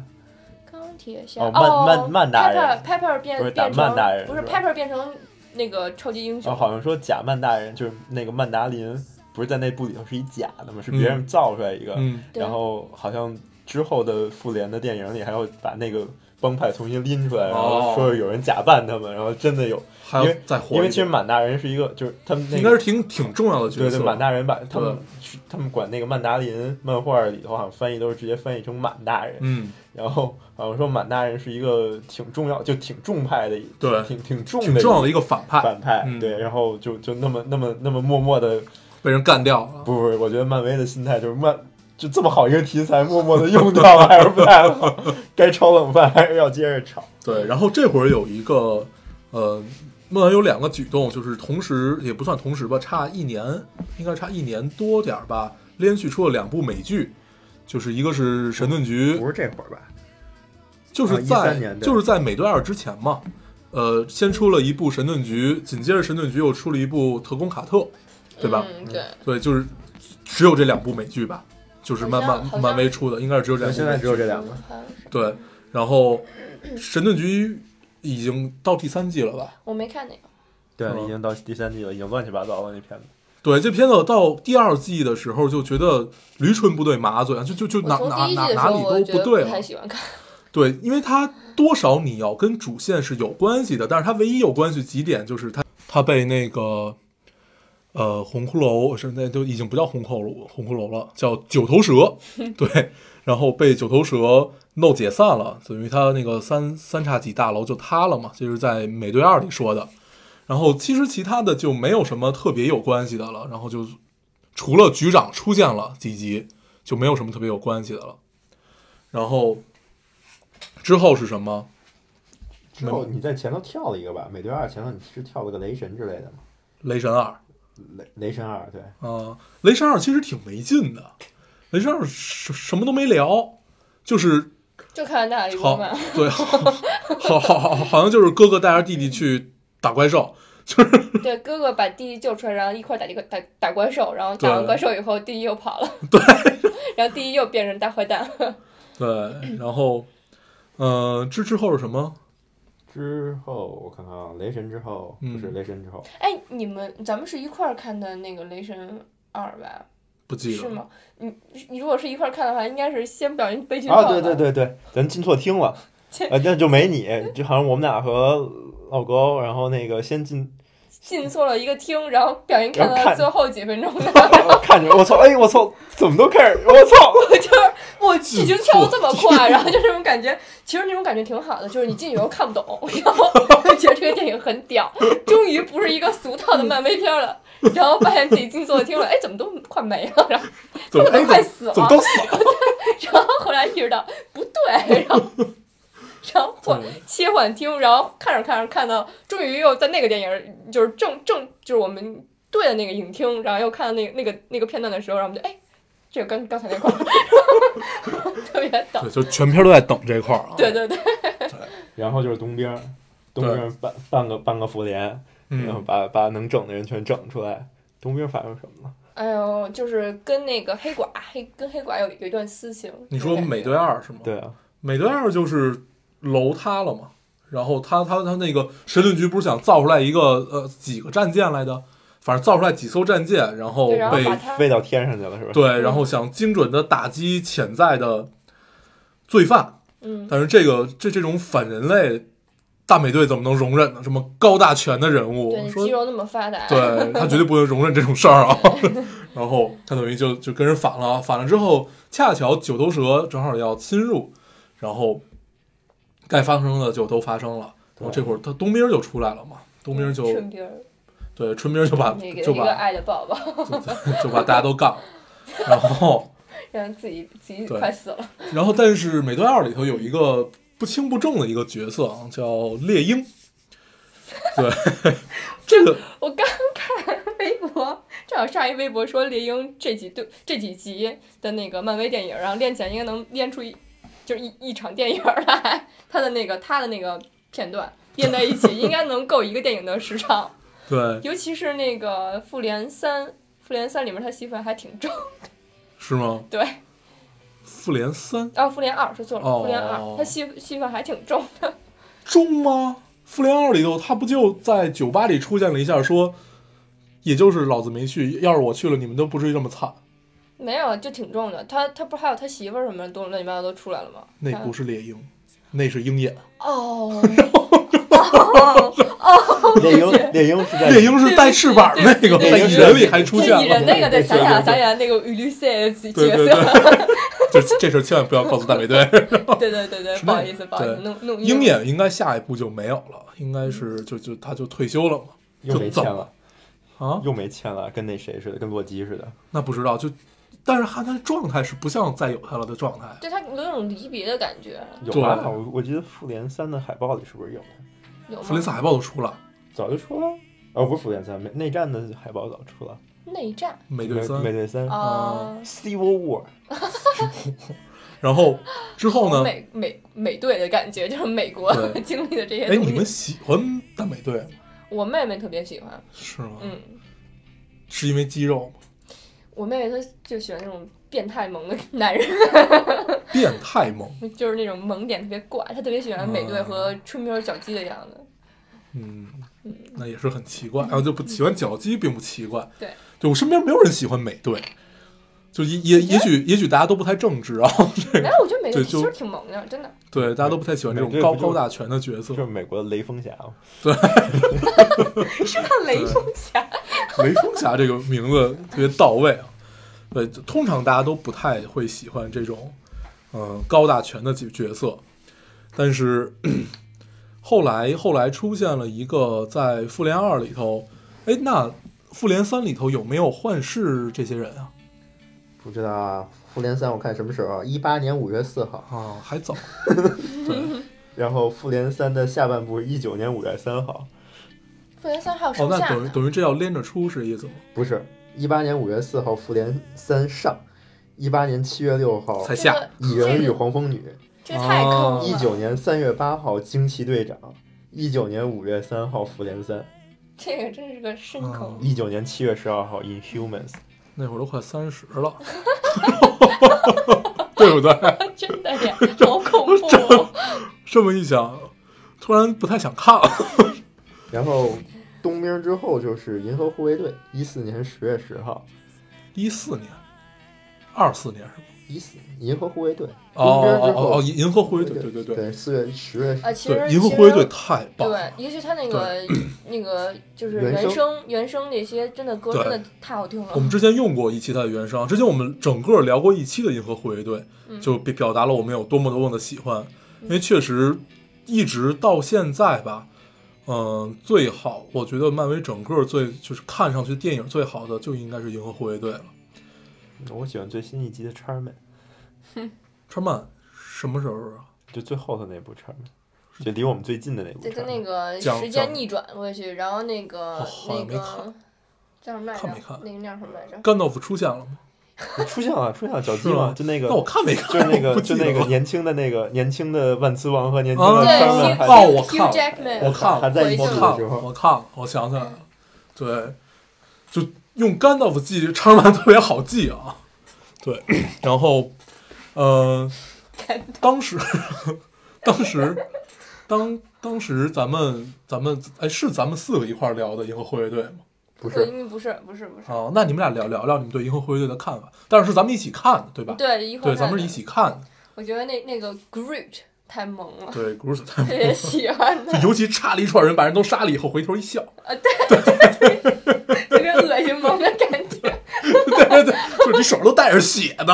Speaker 2: 钢铁侠
Speaker 3: 哦曼曼曼达人
Speaker 2: p e p p e r Pepper 变
Speaker 3: 不是打
Speaker 2: 变
Speaker 3: 曼达
Speaker 2: 成
Speaker 3: 人
Speaker 2: 不是
Speaker 3: 是吧
Speaker 2: Pepper 变成那个超级英
Speaker 3: 哦，
Speaker 2: 雄，
Speaker 3: 好像说假曼大人就是那个曼达林，不是在那部里头是一假的嘛，是别人造出来一个，
Speaker 1: 嗯，
Speaker 2: 对
Speaker 3: 然后好像之后的复联的电影里还要把那个帮派重新拎出
Speaker 1: 哦
Speaker 3: 来，然后说有人假扮他们，然后真的有，
Speaker 1: 还要
Speaker 3: 因为
Speaker 1: 再活一遍
Speaker 3: 因为其实满大人是一个，就是他们那个
Speaker 1: 应该是挺挺重要的角
Speaker 3: 对
Speaker 1: 色。
Speaker 3: 对，满大人把他们是他们管那个曼达林漫画里头好像翻译都是直接翻译成满大人，
Speaker 1: 嗯，
Speaker 3: 然后好像说满大人是一个挺重要就挺重派的，
Speaker 1: 对
Speaker 3: 挺挺重
Speaker 1: 挺
Speaker 3: 的
Speaker 1: 重要的
Speaker 3: 一
Speaker 1: 一个反派
Speaker 3: 反派，
Speaker 1: 嗯
Speaker 3: 对，然后就就那么那么那么默默的，
Speaker 1: 被人干掉了。
Speaker 3: 不不，我觉得漫威的心态就是漫。就这么好一个题材，默默的用掉了，还是不太好。该炒冷饭还是要接着炒。
Speaker 1: 对，然后这会儿有一个，呃，梦兰有两个举动，就是同时也不算同时吧，差一年，应该差一年多点儿吧，连续出了两部美剧，就是一个是《神盾局》，
Speaker 3: 是这会儿吧？
Speaker 1: 就是
Speaker 3: 啊
Speaker 1: 在
Speaker 3: 13年对
Speaker 1: 就是在《美队二》之前嘛，呃，先出了一部《神盾局》，紧接着《神盾局》又出了一部《特工卡特》，对吧？
Speaker 2: 嗯，对，
Speaker 1: 对，就是只有这两部美剧吧，就是漫
Speaker 2: 好像好
Speaker 1: 漫
Speaker 2: 像
Speaker 1: 漫威出的，应该是只有这两部美剧。
Speaker 2: 嗯
Speaker 3: 这
Speaker 2: 好像是
Speaker 1: 对，然后《神盾局》已经到第三季了吧？
Speaker 2: 我没看那个，
Speaker 3: 对
Speaker 1: 嗯，
Speaker 3: 已经到第三季了，已经乱七八糟了那片子。
Speaker 1: 对，这片子到第二季的时候就觉得驴唇不对马嘴，啊就就就哪
Speaker 2: 我从
Speaker 1: 哪
Speaker 2: 第一
Speaker 1: 哪
Speaker 2: 季的时
Speaker 1: 哪
Speaker 2: 候
Speaker 1: 里
Speaker 2: 我
Speaker 1: 都
Speaker 2: 觉
Speaker 1: 不
Speaker 2: 得
Speaker 1: 对啊
Speaker 2: 太
Speaker 1: 了。
Speaker 2: 喜欢看，
Speaker 1: 对，因为它多少你要跟主线是有关系的，但是它唯一有关系几点就是它它被那个呃红骷髅是那就已经不叫红骷髅红骷髅了，叫九头蛇，对，然后被九头蛇弄解散了，等于它那个三三叉戟大楼就塌了嘛，这是在《美队二》里说的。然后其实其他的就没有什么特别有关系的了，然后就除了局长出现了几集，就没有什么特别有关系的了。然后之后是什么？
Speaker 3: 之后你在前头跳了一个吧，《美队二》前头你是跳了个雷神之类的吗？
Speaker 1: 雷神二
Speaker 3: 雷雷神二对，
Speaker 1: 啊、雷神二其实挺没劲的，雷神二什什么都没聊，就是
Speaker 2: 就看大力波
Speaker 1: 好
Speaker 2: 曼，
Speaker 1: 对，好好好好，好像就是哥哥带着弟弟去打怪兽，
Speaker 2: 对，哥哥把弟弟救出来，然后一块儿打这个打打怪兽，然后打完
Speaker 1: 对
Speaker 2: 怪兽以后，弟弟又跑了，对， [laughs] 然后弟弟又变成大坏蛋，
Speaker 1: 对，然后，呃，之之后是什么？
Speaker 3: 之后我看看啊，雷神之后
Speaker 1: 嗯
Speaker 3: 不是雷神之后，
Speaker 2: 哎，你们咱们是一块儿看的那个《雷神二》吧？
Speaker 1: 不记得
Speaker 2: 是
Speaker 1: 了。
Speaker 2: 吗？你你如果是一块儿看的话，应该是先表演悲剧
Speaker 3: 啊
Speaker 2: 报
Speaker 3: 对
Speaker 2: 吧
Speaker 3: 对，对对，咱进错厅了，
Speaker 2: 切
Speaker 3: 呃那就没你，就好像我们俩和老高，然后那个先进，
Speaker 2: 进错了一个厅，然后表演看
Speaker 3: 然后
Speaker 2: 到
Speaker 3: 看
Speaker 2: 最后几分
Speaker 3: [laughs]
Speaker 2: 钟的，
Speaker 3: 看着我操，哎我操，怎么都开始我操，
Speaker 2: 我就是我剧情跳得这么快，然后就这种感觉，其实那种感觉挺好的，就是你进去以后看不
Speaker 3: [laughs]
Speaker 2: 懂，然后就觉得这个电影很屌，终于不是一个俗套的漫威片了，然后发现自己进错了厅了，哎，怎么都快没了，然后
Speaker 1: 怎么
Speaker 2: 他
Speaker 1: 哎
Speaker 2: 们都快死了
Speaker 1: 怎么都死了？
Speaker 2: 然后后来意识到不对，然后。然后换
Speaker 1: 对
Speaker 2: 切换厅，然后看着看着看到，终于又在那个电影，就是正正就是我们对的那个影厅，然后又看到那个那个那个片段的时候，然后我们就哎，这个跟刚才那块儿 [laughs] 特别逗。
Speaker 1: 对，就全片都在等这块儿啊。
Speaker 2: 对对对，
Speaker 3: 然后就是冬兵，冬兵半半个半个复联，然后
Speaker 1: 嗯，
Speaker 3: 把把能整的人全整出来，冬兵发生什么了？
Speaker 2: 哎呦，就是跟那个黑寡哎黑跟黑寡有有一段私情。
Speaker 1: 你说美队二是吗？
Speaker 3: 哦
Speaker 4: 对啊，
Speaker 1: 美队二就是楼塌了嘛，然后他他他那个神盾局不是想造出来一个呃几个战舰来的，反正造出来几艘战舰，然后
Speaker 2: 对，然后
Speaker 1: 被
Speaker 2: 把他
Speaker 4: 喂到天上去了是吧？
Speaker 1: 对，然后想精准的打击潜在的罪犯，
Speaker 2: 嗯，
Speaker 1: 但是这个这这种反人类，大美队怎么能容忍呢？这么高大全的人物，
Speaker 2: 对，
Speaker 1: 说
Speaker 2: 肌肉那么发
Speaker 1: [laughs]
Speaker 2: 达，
Speaker 1: 对他绝对不能容忍这种事儿
Speaker 2: [laughs]
Speaker 1: 啊。然后他等于就就跟人反了，反了之后，恰巧九头蛇正好要侵入，然后该发生的就都发生了。然后这会儿他冬兵就出来了嘛，冬兵就
Speaker 2: 顺便儿
Speaker 1: 对春兵就把
Speaker 2: 那个
Speaker 1: 就
Speaker 2: 一个
Speaker 1: 把
Speaker 2: 爱的抱抱，
Speaker 1: 就就 [laughs] 把大家都干了，然后。
Speaker 2: [laughs] 让自己自己
Speaker 1: 对
Speaker 2: 快死了。
Speaker 1: 然后，但是《美队二》里头有一个不轻不重的一个角色啊，叫猎鹰。对， [laughs] 这个
Speaker 2: 我刚看微博，正好上一微博说猎鹰这几对这几集的那个漫威电影，然后练起来应该能练出一就是一一场电影来，他的那个他的那个片段练在一起，应该能够一个电影的时长。
Speaker 1: 对
Speaker 2: 尤其是那个《复联三》，《复联三》里面他戏份还挺重。
Speaker 1: 是吗？
Speaker 2: 对，
Speaker 1: 复联三
Speaker 2: 啊，《复联二》说错了，
Speaker 1: 哦
Speaker 2: 复联二》他戏戏份还挺重的。
Speaker 1: 中吗？复联二里头，他不就在酒吧里出现了一下，说，也就是老子没去，要是我去了，你们都不至于这么惨。
Speaker 2: 没有，就挺重的。他他不还有他媳妇儿什么的都乱七八糟都出来了吗？
Speaker 1: 那不是猎鹰，那是鹰眼，
Speaker 2: 哦，
Speaker 4: 猎鹰，猎鹰是在
Speaker 1: 猎鹰是带翅膀那个，
Speaker 2: 对
Speaker 1: 在
Speaker 4: 对对
Speaker 1: 蚁人里还出现
Speaker 2: 这蚁人
Speaker 1: 了。
Speaker 2: 那个得想想想想那个 Ulysses 角
Speaker 1: 对对
Speaker 2: 色，
Speaker 1: 对， [laughs] 这这事儿千万不要告诉大美队。
Speaker 2: 对对对对，
Speaker 1: 是
Speaker 2: 不
Speaker 1: 那
Speaker 2: 好意思不好意思，
Speaker 1: 对
Speaker 2: 弄弄
Speaker 1: 鹰眼应该下一步就没有了，应该是就就他就退休了嘛？
Speaker 4: 又没签了，
Speaker 1: 啊，
Speaker 4: 又没签了，跟那谁似的，跟洛基似的。
Speaker 1: 那不知道就，但是他他状态是不像再有他了的状态。
Speaker 2: 对他有种离别的感觉，
Speaker 4: 有
Speaker 1: 对
Speaker 4: 啊，我我记得复联三的海报里是不是有？
Speaker 2: 有
Speaker 1: 弗林斯
Speaker 2: 吗？
Speaker 1: 海报都出了，
Speaker 4: 早就出了。哦，不是复联三，美内战的海报早出了。
Speaker 2: 内战
Speaker 1: 美队
Speaker 4: 美
Speaker 1: 三
Speaker 4: 美，队三
Speaker 1: 呃
Speaker 2: 啊，
Speaker 4: ，Civil War，
Speaker 1: 然后之后呢？
Speaker 2: 美美美队的感觉， [laughs] 就是美国
Speaker 1: 对
Speaker 2: 经历的这些
Speaker 1: 哎，
Speaker 2: 东
Speaker 1: 你们
Speaker 2: 西。
Speaker 1: 喜欢大美队吗
Speaker 2: 我妹妹特别喜欢，
Speaker 1: 是吗？
Speaker 2: 嗯，
Speaker 1: 是因为肌肉
Speaker 2: [laughs]
Speaker 1: 吗？
Speaker 2: 我妹妹她就喜欢那种变态萌的 [laughs] 男人，
Speaker 1: 变态萌，
Speaker 2: 就是那种萌点特别怪，她特别
Speaker 1: 啊
Speaker 2: 喜欢美队和春苗小鸡的样
Speaker 1: [laughs]
Speaker 2: 子。
Speaker 1: 嗯，那也是很奇怪。然啊后就不喜欢脚鸡并不奇怪，
Speaker 2: 嗯对，
Speaker 1: 就我身边没有人喜欢美队，就也
Speaker 2: 哎
Speaker 1: 也也许也许大家都不太正直啊， [laughs] 这
Speaker 2: 没
Speaker 1: 个
Speaker 2: 有，我觉得美
Speaker 1: 对
Speaker 2: 队其
Speaker 1: 就
Speaker 2: 实挺萌的，真的。
Speaker 1: 对大家都不太喜欢这种
Speaker 4: 美队
Speaker 1: 高
Speaker 4: 不就
Speaker 1: 高大全的角色
Speaker 4: 就。是美国的雷锋侠嘛。
Speaker 2: 是看雷锋侠，
Speaker 1: 雷锋侠这个名字特别到位啊。对，通常大家都不太会喜欢这种，呃，高大全的角角色，但是后来后来出现了一个在复联二里头，哎，那复联三里头有没有幻视这些人啊？
Speaker 3: 不知道啊，复联三我看什么时候？一八年五月四号。
Speaker 1: 啊，还早，
Speaker 4: 然后复联三的下半部，一九年五月三号，
Speaker 2: 复联三还有什
Speaker 1: 哦，
Speaker 2: 么
Speaker 1: 那
Speaker 2: 下
Speaker 1: 等于
Speaker 2: 呢？
Speaker 1: 等于这要连着出是意思吗？
Speaker 3: 不是，一八年五月四号复联三上，一八年七月六号
Speaker 1: 才
Speaker 2: 这
Speaker 1: 下
Speaker 2: 个
Speaker 3: 蚁人与黄蜂女，
Speaker 2: 这太坑
Speaker 1: 哦
Speaker 2: 了。
Speaker 3: 一九年三月八号惊奇队长，
Speaker 4: 一九年五月三号复联三，
Speaker 2: 这个真是个深
Speaker 1: 哦
Speaker 2: 坑。
Speaker 4: 一九年七月十二号 Inhumans，
Speaker 1: 那会儿都快三十了， [laughs] 对不对？
Speaker 2: [laughs] 真的呀，好恐怖！哦
Speaker 1: [laughs] 这么一想，突然不太想看了。
Speaker 3: 然后冬兵之后就是银河护卫队，一四年十月十号，
Speaker 1: 一四年，二四年是吗？
Speaker 3: 一四银河护卫队，
Speaker 1: 哦
Speaker 3: 冬兵之
Speaker 1: 哦
Speaker 3: 后
Speaker 1: 哦哦，哦银银河护卫队，对
Speaker 3: 对
Speaker 1: 对对
Speaker 3: 四月十月
Speaker 2: 啊，其实
Speaker 1: 对，银河护卫队
Speaker 2: 其实
Speaker 1: 太棒了
Speaker 2: 对，，也许他那个 [clears throat] 那个就是
Speaker 3: 原
Speaker 2: 原声原声这些真的歌
Speaker 1: 对
Speaker 2: 真的太好听了
Speaker 1: 我。们之前用过一期它的原声，之前我们整个聊过一期的银河护卫队，就表表达了我们有多么多么的喜欢，因为确实一直到现在吧，嗯、最好我觉得漫威整个最就是看上去电影最好的就应该是银河护卫队了。
Speaker 4: 嗯我喜欢最新一集的 Charman，
Speaker 1: 川漫什么时候啊？
Speaker 4: 就最后头那部 Charman，就离我们最近的那部
Speaker 2: 对，跟
Speaker 4: Charman，
Speaker 2: 那个
Speaker 1: 讲
Speaker 2: 时间
Speaker 1: 讲
Speaker 2: 逆转过去，然后那个
Speaker 1: 哦好
Speaker 2: 那
Speaker 1: 像没
Speaker 2: 个
Speaker 1: 看
Speaker 2: 叫什么来着
Speaker 1: 看没看？
Speaker 2: 那个叫什么来着？
Speaker 1: 甘道夫出现了吗？
Speaker 4: 出现了出现了
Speaker 1: [laughs]
Speaker 4: 脚
Speaker 1: 是
Speaker 4: 鸡
Speaker 1: 吗
Speaker 4: 嘛，就那个
Speaker 1: 那我看没看？
Speaker 4: 就是那
Speaker 1: 我不
Speaker 4: 个
Speaker 1: 记
Speaker 4: 就
Speaker 1: 得
Speaker 4: 那个
Speaker 1: 了
Speaker 4: 年轻的那个年轻的万磁王和年轻
Speaker 1: 啊
Speaker 4: 的
Speaker 1: 对
Speaker 4: Charman，
Speaker 1: Hugh-
Speaker 4: 还
Speaker 1: 哦
Speaker 4: 在
Speaker 1: 我
Speaker 2: Hugh
Speaker 1: 看
Speaker 2: Jackman，
Speaker 1: 我看了
Speaker 4: 还在一
Speaker 2: 我
Speaker 4: 起的
Speaker 1: 我
Speaker 2: 就
Speaker 4: 时
Speaker 1: 看了，
Speaker 4: 候，
Speaker 1: 我看了，我想起来了，对，就用甘道夫记查尔曼特别好记啊。对， [clears throat] 然后，呃，当时， [laughs] 当时，当当时咱们咱们哎是咱们四个一块儿聊的银河护卫队吗？
Speaker 3: 不
Speaker 2: 对，
Speaker 3: 是
Speaker 2: 因为不是不是不是，
Speaker 1: 啊，那你们俩聊聊聊你们对银河护卫队的看法，但是是咱们一起看的对吧？
Speaker 2: 对，一块
Speaker 1: 对，
Speaker 2: 儿看
Speaker 1: 咱们是一
Speaker 2: 的
Speaker 1: 起看的。
Speaker 2: 我觉得那那个 Groot 太萌了，
Speaker 1: 对 [laughs] g r o o
Speaker 2: [laughs] 特别喜欢他，
Speaker 1: 尤其插了一串人，把人都杀了以后，回头一笑，
Speaker 2: 呃特别
Speaker 1: [laughs]
Speaker 2: 恶心萌的感觉。
Speaker 1: 对对对，就是你手上都带着血
Speaker 2: [laughs]
Speaker 1: 呢。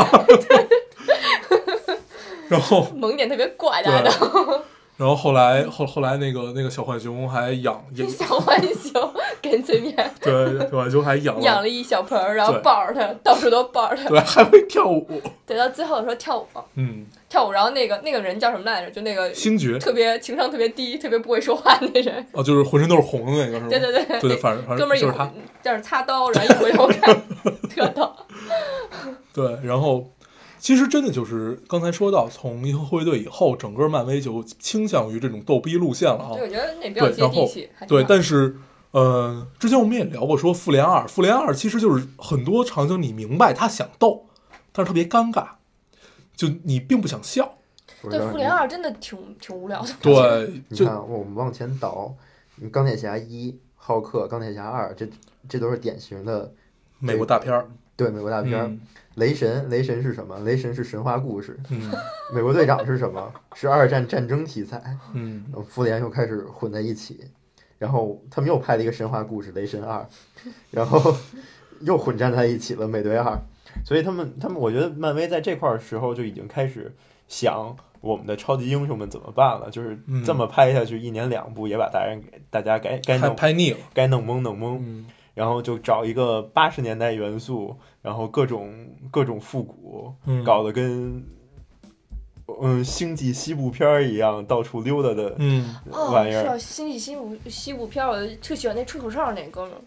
Speaker 1: 然后，
Speaker 2: 萌点特别怪
Speaker 1: 对啊
Speaker 2: 大的，啊
Speaker 1: 然后后来后后来那个那个小浣熊还养也
Speaker 2: 小浣
Speaker 1: [laughs]
Speaker 2: 熊跟随面
Speaker 1: 对小浣熊还养
Speaker 2: [laughs] 养
Speaker 1: 了
Speaker 2: 了一小盆儿，然后
Speaker 1: 对
Speaker 2: 抱着它，到处都抱着它，
Speaker 1: 对还会跳舞，
Speaker 2: 对，到最后的时候跳舞，
Speaker 1: 嗯，
Speaker 2: 跳舞，然后那个那个人叫什么来着？就那个
Speaker 1: 星爵
Speaker 2: 特别情商特别低、特别不会说话那人，
Speaker 1: 哦，就是浑身都是红的那个是吗？
Speaker 2: 对对对
Speaker 1: 对反正反正
Speaker 2: 哥们儿
Speaker 1: 就
Speaker 2: 一
Speaker 1: 是他，
Speaker 2: 在那儿擦刀，然后一回
Speaker 1: [laughs]
Speaker 2: 头看，特逗。
Speaker 1: 对，然后其实真的就是刚才说到，从银河护卫队以后，整个漫威就倾向于这种逗逼路线了啊
Speaker 2: 对，。我觉得那比较
Speaker 1: 对，
Speaker 2: 接
Speaker 1: 然
Speaker 2: 地
Speaker 1: 后
Speaker 2: 气，还挺
Speaker 1: 对，
Speaker 2: 好
Speaker 1: 但是呃，之前我们也聊过说复联二，复联二其实就是很多场景你明白他想逗，但是特别尴尬，就你并不想笑。
Speaker 3: 不
Speaker 2: 对
Speaker 3: 是
Speaker 2: 复联二真的挺挺无聊的。
Speaker 1: 对，
Speaker 3: 你
Speaker 1: 就
Speaker 3: 看，我们往前倒，你钢铁侠一、浩克、钢铁侠二，这这都是典型的
Speaker 1: 美国大片儿，
Speaker 3: 对美国大片儿。
Speaker 1: 嗯
Speaker 3: 雷神，雷神是什么？雷神是神话故事。
Speaker 1: 嗯
Speaker 3: 美国队长是什么？是二战战争题材。
Speaker 1: 嗯，
Speaker 3: 呃复联又开始混在一起，然后他们又拍了一个神话故事《雷神二》，然后又混战在一起了《美队二》，所以他们他们，我觉得漫威在这块儿时候就已经开始想我们的超级英雄们怎么办了，就是
Speaker 1: 嗯
Speaker 3: 这么拍下去，一年两部也把大人给大家该该
Speaker 1: 拍
Speaker 3: 弄
Speaker 1: 拍腻了，
Speaker 3: 该弄懵弄懵，
Speaker 1: 嗯，
Speaker 3: 然后就找一个八十年代元素，然后各种各种复古，
Speaker 1: 嗯
Speaker 3: 搞得跟。嗯，星际西部片儿一样到处溜达的
Speaker 1: 嗯，
Speaker 2: 哦，
Speaker 3: 玩意
Speaker 2: 是
Speaker 3: 儿，
Speaker 2: 啊，星际西部西部片儿，我特喜欢那吹口哨那哥们儿，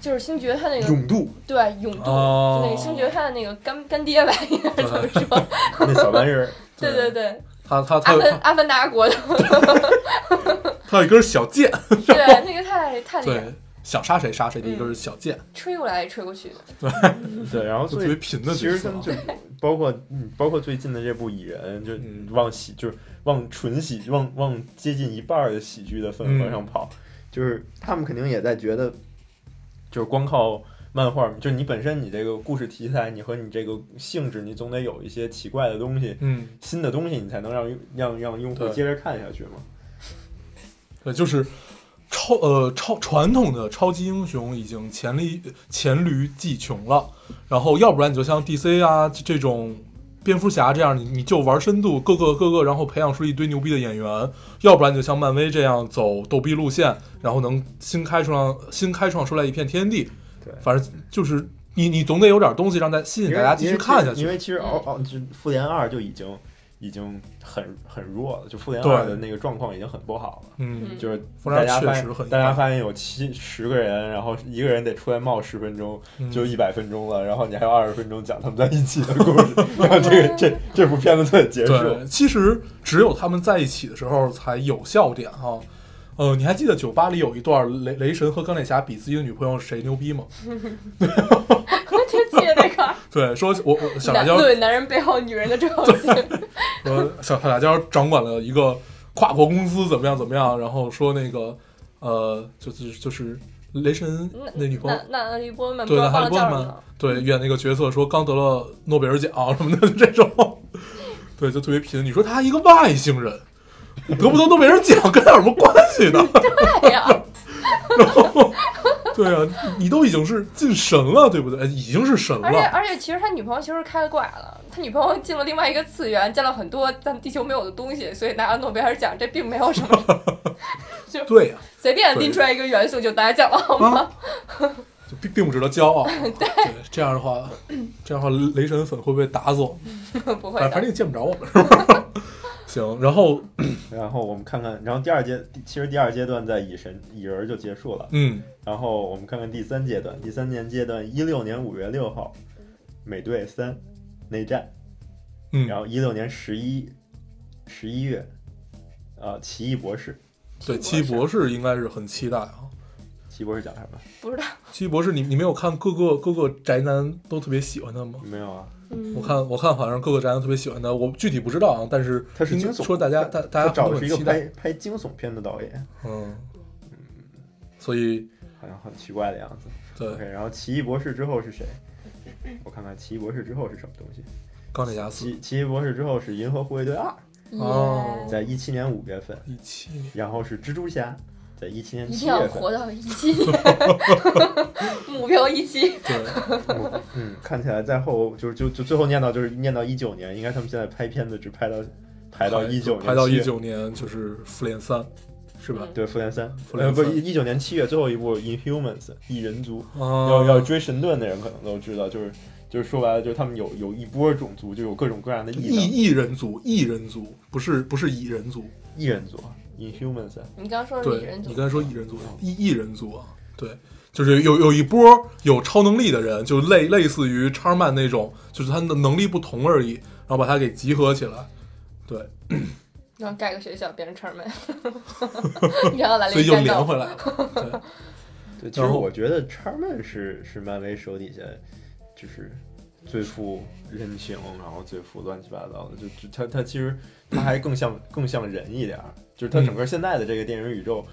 Speaker 2: 就是星爵他那个
Speaker 3: 勇嗯度
Speaker 2: 对勇度，
Speaker 1: 哦
Speaker 2: 就那个星爵他的那个干干爹吧，应该怎么说？
Speaker 3: 那小玩意
Speaker 1: [laughs]
Speaker 3: 儿，
Speaker 2: 对对对，
Speaker 1: 他他他
Speaker 2: 阿凡
Speaker 1: 他
Speaker 2: 阿凡达国的，
Speaker 1: 他有一根小剑，
Speaker 2: 对那个嗯太太厉害了，
Speaker 1: 对，想杀谁杀谁的一根小剑，
Speaker 2: 吹过来吹过去的， [laughs]
Speaker 3: 对，然后
Speaker 1: 就
Speaker 3: 所
Speaker 1: 特别
Speaker 3: 以
Speaker 1: 贫的
Speaker 3: 其
Speaker 1: 角
Speaker 3: 实
Speaker 1: 色
Speaker 3: 他
Speaker 1: 啊
Speaker 3: 们。就包括嗯，包括最近的这部《蚁人》，就
Speaker 1: 嗯
Speaker 3: 往喜就是往纯喜往往接近一半儿的喜剧的氛围
Speaker 1: 嗯
Speaker 3: 上跑，就是他们肯定也在觉得，就是光靠漫画，就是你本身你这个故事题材，你和你这个性质，你总得有一些奇怪的东西。
Speaker 1: 嗯，
Speaker 3: 新的东西，你才能让用让让用户
Speaker 1: 对
Speaker 3: 接着看下去嘛。
Speaker 1: 对，呃就是超呃超传统的超级英雄已经黔驴黔驴技穷了，然后要不然你就像 DC 啊这这种蝙蝠侠这样，你你就玩深度，各个各个，然后培养出一堆牛逼的演员；要不然你就像漫威这样走逗逼路线，然后能新开创新开创出来一片天地。
Speaker 3: 对
Speaker 1: 反正就是你你总得有点东西让大吸引
Speaker 3: 因
Speaker 1: 大
Speaker 3: 为
Speaker 1: 家继续看下去
Speaker 3: 因。为其实
Speaker 2: 嗯
Speaker 3: 奥奥就是复联二就已经已经很很弱了，就复联二
Speaker 1: 对
Speaker 3: 的那个状况已经很不好了。
Speaker 1: 嗯，
Speaker 2: 嗯
Speaker 3: 就是
Speaker 1: 复联
Speaker 3: 大
Speaker 1: 二
Speaker 3: 家
Speaker 1: 确
Speaker 3: 发
Speaker 1: 实很
Speaker 3: 现，大家发现有七十个人，然后一个人得出来冒十分钟，
Speaker 1: 嗯
Speaker 3: 就一百分钟了，然后你还有二十分钟讲他们在一起的故事，然后这个
Speaker 1: [laughs]
Speaker 3: 这这部片子才结束。
Speaker 1: 对，其实只有他们在一起的时候才有笑点哈、呃，你还记得酒吧里有一段雷雷神和钢铁侠比自己的女朋友谁牛逼吗？
Speaker 2: 我就记得那个
Speaker 1: 对，说我我小辣
Speaker 2: 男
Speaker 1: 椒
Speaker 2: 论男人背后女人的重要性，
Speaker 1: 说小小辣椒掌管了一个跨国公司怎么样怎么样，然后说那个呃，就是就是雷神
Speaker 2: 那
Speaker 1: 那女朋友
Speaker 2: 那那那一波们不
Speaker 1: 对
Speaker 2: 知道
Speaker 1: 那哈
Speaker 2: 忘
Speaker 1: 利波
Speaker 2: 了叫
Speaker 1: 特
Speaker 2: 什么
Speaker 1: 曼
Speaker 2: 了，
Speaker 1: 对演那个角色说刚得了诺贝尔奖什么的， [laughs] 就这种，对，就特别贫。你说他一个外星人，得不得诺贝尔奖跟他有什么关系呢？
Speaker 2: 对哎呀，
Speaker 1: 然后，对啊，你都已经是进神了，对不对？哎已经是神
Speaker 2: 而且
Speaker 1: 了，
Speaker 2: 而且，其实他女朋友其实开了挂了，他女朋友进了另外一个次元，见了很多咱们地球没有的东西，所以拿了诺贝尔奖，这并没有什
Speaker 1: [laughs]
Speaker 2: 么
Speaker 1: 对啊呀、
Speaker 2: 随便拎出来一哦个元素就拿奖了，好
Speaker 1: 啊，
Speaker 2: 吗？
Speaker 1: 就并并不值得骄
Speaker 2: [laughs]
Speaker 1: 傲。对，这样的
Speaker 2: [clears throat]
Speaker 1: 话，这样的话，雷神粉会不会打死我们？
Speaker 2: 不会
Speaker 1: 反
Speaker 2: 的
Speaker 1: 正，你也见不着我们，是吧？
Speaker 2: [laughs]
Speaker 1: 行，然后，
Speaker 3: 然后我们看看，然后第二阶其实第二阶段在蚁神蚁人就结束了，
Speaker 1: 嗯，
Speaker 3: 然后我们看看第三阶段，第三年阶段一六年五月六号，美队三内战，
Speaker 1: 嗯
Speaker 3: 然后一六年十一十一月，呃，奇异博士。
Speaker 1: 对，奇异博士应该是很期待啊。
Speaker 3: 西博士讲什么？
Speaker 2: 不知道，
Speaker 1: 奇异博士，你你没有看各个各个宅男都特别喜欢他吗？
Speaker 3: 没有啊，
Speaker 2: 嗯，
Speaker 1: 我看我看好像各个宅男特别喜欢他，我具体不知道啊，但是
Speaker 3: 他是
Speaker 1: 听
Speaker 3: 惊悚
Speaker 1: 说大家大大
Speaker 3: 他
Speaker 1: 家
Speaker 3: 找
Speaker 1: 都
Speaker 3: 的是
Speaker 1: 很
Speaker 3: 一个
Speaker 1: 期待，
Speaker 3: 拍拍惊悚片的导演，
Speaker 1: 嗯，所以
Speaker 3: 好像很奇怪的样子。
Speaker 1: 对
Speaker 3: OK，然后奇异博士之后是谁？我看看奇异博士之后是什么东西？
Speaker 1: 钢铁侠四
Speaker 3: 奇奇异博士之后是银河护卫队二，
Speaker 1: 哦
Speaker 2: 耶，
Speaker 3: 在一七年五月份，
Speaker 1: 一七年，
Speaker 3: 然后是蜘蛛侠，在一七年
Speaker 2: 一
Speaker 3: 七
Speaker 2: 定要
Speaker 3: 月份。
Speaker 2: 活到
Speaker 1: [laughs]
Speaker 2: 一七年，目标一期，
Speaker 1: 对，
Speaker 3: 我嗯，看起来在后就就就最后念到就是念到一九年，应该他们现在拍片子只拍到排到一九年，
Speaker 1: 排到一，九年就是复联三，是吧？
Speaker 3: 对，复联三，
Speaker 1: 复联
Speaker 3: 呃不
Speaker 1: 三
Speaker 3: 一九年七月最后一部 Inhumans 异人族，
Speaker 2: 嗯
Speaker 1: 啊
Speaker 3: 要要追神盾的人可能都知道，就是就是说白了就是他们有有一波种族就有各种各样的异
Speaker 1: 异
Speaker 3: 能，
Speaker 1: 异人族，异人族不是不是蚁人族，
Speaker 3: 异人族啊 Inhumans，
Speaker 2: 你刚说哦是蚁
Speaker 1: 对
Speaker 2: 人
Speaker 1: 你
Speaker 2: 族，
Speaker 1: 刚才说异人族，异异人族啊，对，就是有有一波有超能力的人，就类类似于叉曼那种，就是他的能力不同而已，然后把他给集合起来，对，
Speaker 2: 然后盖个学校变成
Speaker 1: [laughs]
Speaker 2: 城门，然后来了
Speaker 1: 所以
Speaker 2: 一
Speaker 1: 又
Speaker 2: 战
Speaker 1: 连
Speaker 2: 斗，
Speaker 1: 回来
Speaker 2: [laughs]
Speaker 1: 了，对，
Speaker 3: 对，其实
Speaker 1: 然后
Speaker 3: 我觉得 Charman 是是漫威手底下就是最富人情，然后最富乱七八糟的，就就他他其实他还更像更像人一点儿，就是他
Speaker 1: 嗯
Speaker 3: 整个现在的这个电影宇宙。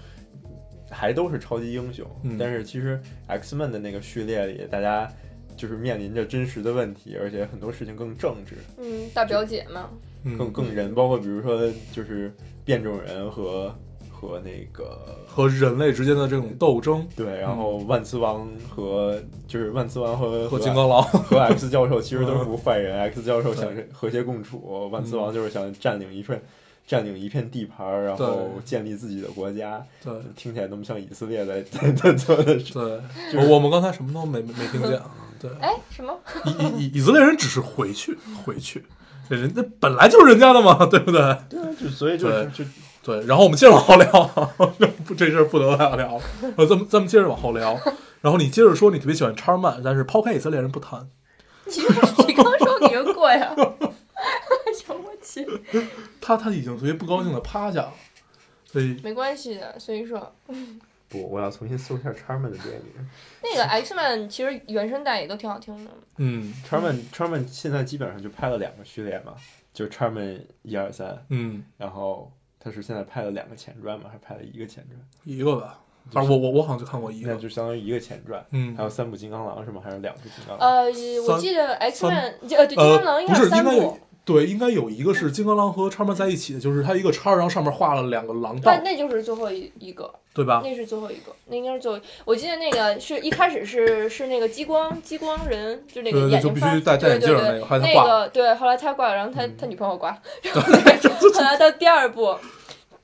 Speaker 3: 还都是超级英雄，
Speaker 1: 嗯
Speaker 3: 但是其实 X Men 的那个序列里，大家就是面临着真实的问题，而且很多事情更政治、
Speaker 2: 嗯，大表姐嘛，
Speaker 3: 更
Speaker 1: 嗯，
Speaker 3: 更人，包括比如说就是变种人和和那个
Speaker 1: 和人类之间的这种斗争
Speaker 3: 对，然后万磁王和就是万磁王和
Speaker 1: 嗯和金刚嗯狼，
Speaker 3: 和 X 教授其实都是不是坏人，X 教授想和谐共处，万磁
Speaker 1: 嗯
Speaker 3: 王就是想占领一片占领一片地盘儿，然后
Speaker 1: 对
Speaker 3: 建立自己的国家，
Speaker 1: 对
Speaker 3: 听起来那么像以色列在 [laughs] 在在做的事。
Speaker 1: 对，我我们刚才什么都没没没听见啊，对，
Speaker 2: [laughs] 哎，什么？
Speaker 1: [laughs] 以以以色列人只是回去回去，人家本来就是人家的嘛，对不对？
Speaker 3: 对啊，就所以就是就
Speaker 1: 对，然后我们接着往后聊，不这事儿不得了聊。呃，咱们咱们接着往后聊。然后你接着说你特别喜欢叉曼，但是抛开以色列人不谈，
Speaker 2: 其实你刚说你就
Speaker 1: [laughs]
Speaker 2: 过呀，让我去，
Speaker 1: 他他已经特别不高兴的趴下了。所以
Speaker 2: 没关系的。所以说，
Speaker 3: 不，我要重新搜一下 Charman 的电影。
Speaker 2: 那个 X Man 其实原声带也都挺好听的。
Speaker 1: 嗯
Speaker 3: Charman [laughs] Charman 现在基本上就拍了两个序列嘛，就 Charman 一二三，
Speaker 1: 嗯，
Speaker 3: 然后他是现在拍了两个前传嘛，还拍了一个前传，
Speaker 1: 一个吧，反正我我我好像就看过一
Speaker 3: 那
Speaker 1: 个。
Speaker 3: 就相当于一个前传。
Speaker 1: 嗯
Speaker 3: 还，有三部金刚狼是吗？还是两部金刚狼？
Speaker 2: 呃，我记得 X Man 呃对金刚
Speaker 1: 呃
Speaker 2: 狼，应
Speaker 1: 不
Speaker 2: 该
Speaker 1: 是，应
Speaker 2: 三
Speaker 1: 该有
Speaker 2: 部，
Speaker 1: 对，应该有一个是金刚狼和叉曼在一起的，就是它一个叉，然后上面画了两个狼道
Speaker 2: 但，那就是最后一一个，
Speaker 1: 对吧？
Speaker 2: 那是最后一个，那应该是最后一。我记得那个是一开始是是那个激光激光人，就那个
Speaker 1: 对对，
Speaker 2: 眼
Speaker 1: 就
Speaker 2: 睛
Speaker 1: 必
Speaker 2: 发
Speaker 1: 须戴戴
Speaker 2: 对
Speaker 1: 眼镜
Speaker 2: 对
Speaker 1: 儿那
Speaker 2: 对
Speaker 1: 个，还有他
Speaker 2: 那
Speaker 1: 挂了。
Speaker 2: 个对，后来他挂了，然后他
Speaker 1: 嗯
Speaker 2: 他女朋
Speaker 1: [laughs]
Speaker 2: 友挂了，后来到第二部，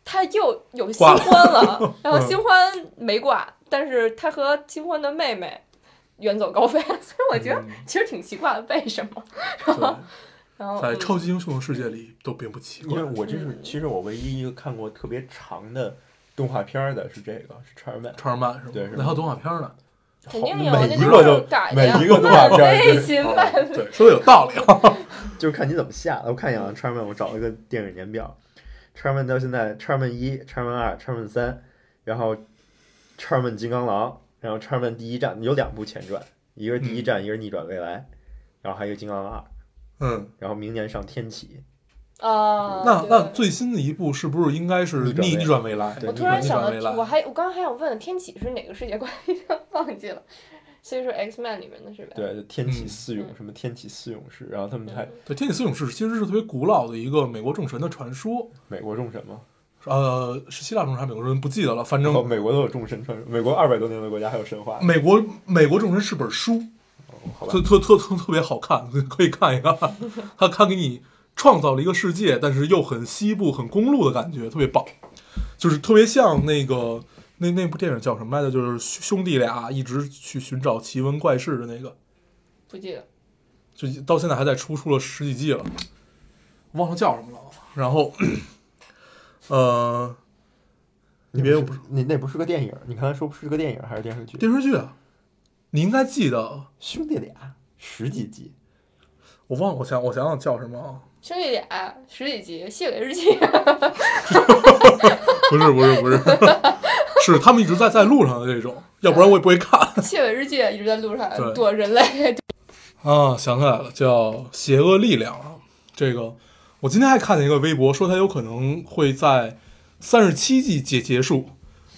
Speaker 2: 他又有新欢
Speaker 1: [laughs]
Speaker 2: 了，然后
Speaker 1: 嗯
Speaker 2: 新欢没挂，但是他和新欢的妹妹远走高飞， [laughs] 所以我觉得
Speaker 1: 嗯
Speaker 2: 其实挺奇怪的，为什么？
Speaker 1: 对
Speaker 2: 然后
Speaker 1: 在
Speaker 2: 嗯
Speaker 1: 超级英雄的世界里都并不奇
Speaker 3: 因
Speaker 1: 怪
Speaker 3: 为。我这是其实我唯一一个看过特别长的动画片儿的是这个是《查尔曼》，
Speaker 1: 叉曼是吗？
Speaker 3: 对是
Speaker 1: 那还有动画片呢。
Speaker 2: 肯定有，
Speaker 3: 好
Speaker 2: 那
Speaker 3: 每
Speaker 2: 就是
Speaker 3: 一个都
Speaker 2: 改的
Speaker 3: 每
Speaker 2: 哎呀
Speaker 3: 一个动画片儿
Speaker 2: 漫
Speaker 3: 就
Speaker 2: 威
Speaker 3: 是
Speaker 2: 新漫威
Speaker 1: 哦啊
Speaker 2: [laughs]
Speaker 1: 对，说的有道理啊。
Speaker 3: 就是看你怎么下。我看一眼啊，《查尔曼》，我找了一个电影年表，《查尔曼》到现在，《查尔曼一》《查尔曼二》《查尔曼三》，然后《查尔曼金刚狼》，然后《查尔曼第一站》有两部前传，一个是第一站，一个是逆转未来，然后还有《金刚狼二》，
Speaker 1: 嗯，
Speaker 3: 然后明年上《天启
Speaker 2: 啊，
Speaker 1: 那
Speaker 2: 对
Speaker 1: 那最新的一部是不是应该是
Speaker 3: 逆转
Speaker 1: 逆
Speaker 3: 未来
Speaker 1: 逆转未来？
Speaker 3: 对
Speaker 2: 我
Speaker 1: 逆
Speaker 2: 突然
Speaker 1: 逆
Speaker 2: 想
Speaker 1: 转
Speaker 2: 到
Speaker 1: 未来，，
Speaker 2: 我还我刚刚还想问天启是哪个世界观， [laughs] 忘记了，所以说 X Man 里面的是吧？》，
Speaker 3: 对，就《天启
Speaker 1: 嗯
Speaker 3: 四勇》什么《天启四勇士》，然后他们还
Speaker 1: 对天启四勇士其实是特别古老的一个美国众神的传说，
Speaker 3: 美国众神嘛，
Speaker 1: 呃，是希腊众神还是美国众神不记得了，反
Speaker 3: 哦，
Speaker 1: 正
Speaker 3: 美国都有众神传说，美国二百多年的国家还有神话，
Speaker 1: 美国美国众神是本书，
Speaker 3: 哦好吧
Speaker 1: 特，特特特特别好看， [laughs] 可以看一看。他他给你创造了一个世界，但是又很西部、很公路的感觉，特别棒。就是特别像那个那那部电影叫什么来着？就是兄弟俩一直去寻找奇闻怪事的那个，
Speaker 2: 不记得。
Speaker 1: 就到现在还在出，出了十几季了，忘了叫什么了。然后， [clears throat] 呃，
Speaker 3: 你
Speaker 1: 别
Speaker 3: 别
Speaker 1: 不
Speaker 3: 不是你那不是个电影，你刚才说不是个电影还是电视剧？
Speaker 1: 嗯电视剧啊，你应该记得，
Speaker 3: 兄弟俩十几集，
Speaker 1: 我忘了，我想我想想叫什么啊？
Speaker 2: 兄弟俩
Speaker 1: [laughs]
Speaker 2: 十几集，写给日记，
Speaker 1: 不是不是不是， [laughs] 是他们一直在在路上的这种，要不然我也不会看
Speaker 2: 谢伟日记也一直在路上
Speaker 1: 对
Speaker 2: 躲人类，
Speaker 1: 啊。想起来了，叫《邪恶力量》啊，这个我今天还看见一个微博说它有可能会在三十七季结结束，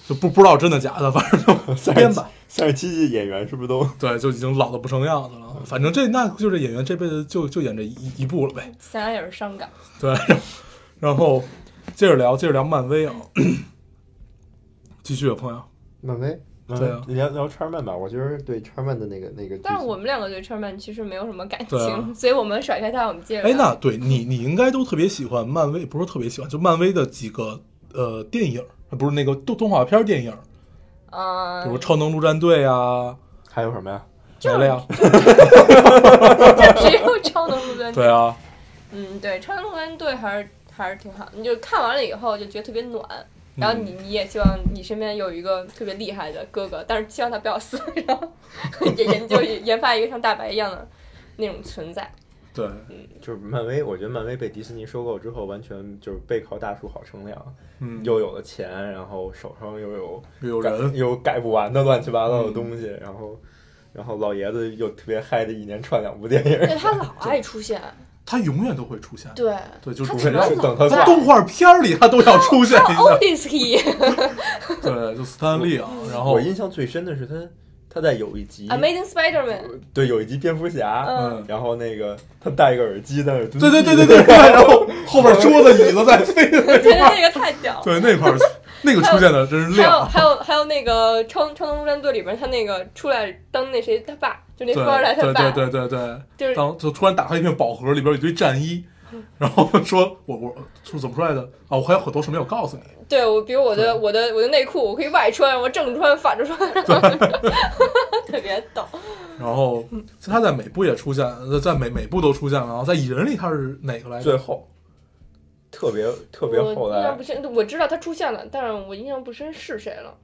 Speaker 1: 就不不知道真的假的，反正就编吧。
Speaker 4: 三十七季演员是不是都
Speaker 1: 对，就已经老的不成样子了。反正这那就这演员这辈子就就演这一一部了呗。
Speaker 2: 想想也是伤感。
Speaker 1: 对， [laughs] 然后然后接着聊，接着聊漫威啊， [coughs] 继续啊，朋友。
Speaker 3: 漫威，
Speaker 1: 对啊
Speaker 3: 嗯聊聊叉漫吧，我觉得对叉漫的那个那个剧情，
Speaker 2: 但是我们两个对 Charman 其实没有什么感情，
Speaker 1: 对啊
Speaker 2: 所以我们甩开他，我们接着
Speaker 1: 哎，
Speaker 2: 聊。
Speaker 1: 那对你，你应该都特别喜欢漫威，不是特别喜欢，就漫威的几个呃电影，呃不是那个动动画片电影，
Speaker 2: 嗯、
Speaker 1: 比如《超能陆战队》啊，
Speaker 3: 还有什么呀？
Speaker 1: 没了呀，
Speaker 2: [laughs] 只有
Speaker 1: [laughs]
Speaker 2: 超能陆战队。
Speaker 1: 对啊，
Speaker 2: 嗯，对，超能陆战队还是还是挺好的。你就看完了以后就觉得特别暖，然后你你也希望你身边有一个特别厉害的哥哥，但是希望他不要死，然后 [laughs] 研研究研发一个像大白一样的那种存在。 [laughs]
Speaker 1: 对，
Speaker 3: 就是漫威，我觉得漫威被迪士尼收购之后，完全就是背靠大树好乘凉，
Speaker 1: 嗯，
Speaker 3: 又有了钱，然后手上又有
Speaker 1: 有
Speaker 3: 改
Speaker 1: 人，嗯
Speaker 3: 有改不完的乱七八糟的东西，然后然后老爷子又特别嗨的，一年串两部电影，
Speaker 1: 嗯
Speaker 2: 对他老爱出现，
Speaker 1: 他永远都会出现，
Speaker 2: 对，
Speaker 1: 对，就是
Speaker 2: 他
Speaker 1: 不
Speaker 2: 只
Speaker 1: 会
Speaker 2: 要
Speaker 1: 让
Speaker 3: 是等他
Speaker 2: 老
Speaker 3: 挂
Speaker 2: 在
Speaker 1: 动画片里他都要出现一
Speaker 2: 哦 [laughs]
Speaker 1: 下，
Speaker 2: ，Odysky
Speaker 1: 对，就斯坦利啊，然后
Speaker 3: 我印象最深的是他他在有一集
Speaker 2: Amazing Spider-Man，
Speaker 1: 嗯
Speaker 3: 对有一集蝙蝠侠，
Speaker 2: 嗯
Speaker 3: 然后那个他戴一个耳机在那儿蹲
Speaker 1: 对对对对
Speaker 3: 地
Speaker 1: 对，对，然后后边桌子椅子在飞的那
Speaker 2: 对，
Speaker 1: 块儿，
Speaker 2: 那个太屌了。
Speaker 1: 对那块儿那个出现的 [laughs] 真是
Speaker 2: 还有
Speaker 1: 亮，
Speaker 2: 还有还有那个《超超能陆战队》里边，他那个出来当那谁他爸，就
Speaker 1: 对
Speaker 2: 那富二代他
Speaker 1: 对
Speaker 2: 爸，
Speaker 1: 对对对对。
Speaker 2: 就是嗯
Speaker 1: 当就突然打开一片宝盒，里边有一堆战衣，然后说我我是怎么出来的啊？我还有很多事没有告诉你。
Speaker 2: 对我，比如我的我的我的内裤，我可以外穿，我正穿反着穿，特别逗。
Speaker 1: 然后
Speaker 2: 嗯
Speaker 1: 他在每部也出现，呃在每每部都出现了。啊然后在蚁人里他是哪个来着？
Speaker 3: 最后特别特别
Speaker 2: 我
Speaker 3: 后
Speaker 2: 印象
Speaker 3: 来
Speaker 2: 不深，我知道他出现了，但是我印象不深是谁了。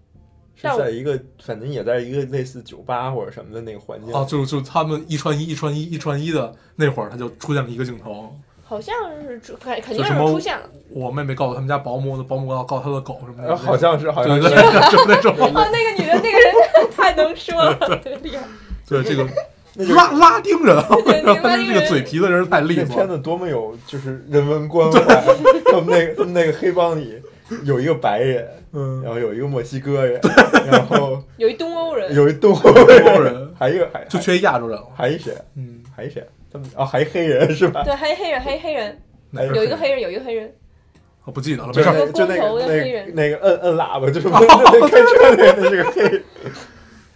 Speaker 3: 是
Speaker 2: 但我
Speaker 3: 在一个反正也在一个类似酒吧或者什么的那个环境，
Speaker 1: 啊，就就他们一穿一一穿一一穿一的那会儿，他就出现了一个镜头。
Speaker 2: 好像是出肯肯
Speaker 1: 就
Speaker 2: 定
Speaker 1: 什
Speaker 2: 是
Speaker 1: 么
Speaker 2: 出现了
Speaker 1: 我妹妹告诉他们家保姆，保姆告告诉他的狗什么
Speaker 3: 呃
Speaker 1: 的，
Speaker 3: 好像是好
Speaker 1: 对对，
Speaker 3: 像是。
Speaker 1: 对 [laughs] 就那种。
Speaker 2: 哦，那个女的，那个人 [laughs] 太能说了，特别厉害。
Speaker 1: 对
Speaker 3: [laughs]
Speaker 1: 这个拉拉丁人， [laughs] 这个嘴皮子人太利
Speaker 3: 那
Speaker 1: 索
Speaker 3: 片。子多么有就是人文关怀，他们那个他们那个黑帮里有一个白人，
Speaker 1: 嗯
Speaker 3: 然，后有一个墨西哥人，然后
Speaker 2: 有一东欧人，
Speaker 3: 有一东
Speaker 1: 欧
Speaker 3: 欧
Speaker 1: 人
Speaker 3: 还有一个还
Speaker 1: 就缺亚洲人了。
Speaker 3: 还一谁
Speaker 1: 嗯，
Speaker 3: 还一谁，他们哦还一黑人是吧？
Speaker 2: 对，还有黑人，还有黑人，
Speaker 1: 哪
Speaker 2: 有一个
Speaker 1: 人
Speaker 2: 黑人，有一个黑人，
Speaker 1: 我哦不记得了，
Speaker 3: [laughs]
Speaker 1: 没
Speaker 3: 就
Speaker 1: 事儿。
Speaker 3: 那就那
Speaker 2: 光头
Speaker 3: 个
Speaker 2: 的黑
Speaker 3: 那
Speaker 2: 人
Speaker 3: 那个摁摁喇叭
Speaker 1: [laughs]
Speaker 3: 就是那个开车那个那是个黑人，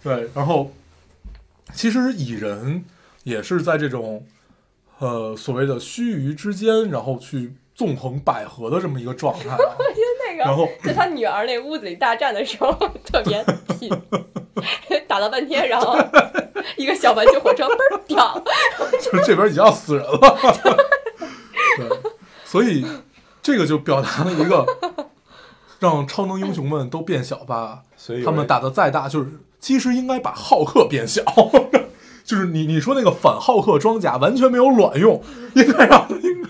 Speaker 1: 对，然后其实蚁人也是在这种呃所谓的须臾之间，然后去纵横捭阖的这么一个状 [laughs] 态、啊。
Speaker 2: 那个
Speaker 1: 然后
Speaker 2: 在他女儿那屋子里大战的时候 [laughs] 特别拼， [laughs] 打了半天，然后一个小玩具火车嘣儿掉，
Speaker 1: 就是这边已经要死人了， [laughs] 对，所以这个就表达了一个让超能英雄们都变小吧，
Speaker 3: 所以有人
Speaker 1: 他们打的再大，就是其实应该把浩克变小， [laughs] 就是你你说那个反浩克装甲完全没有卵用，应该让应该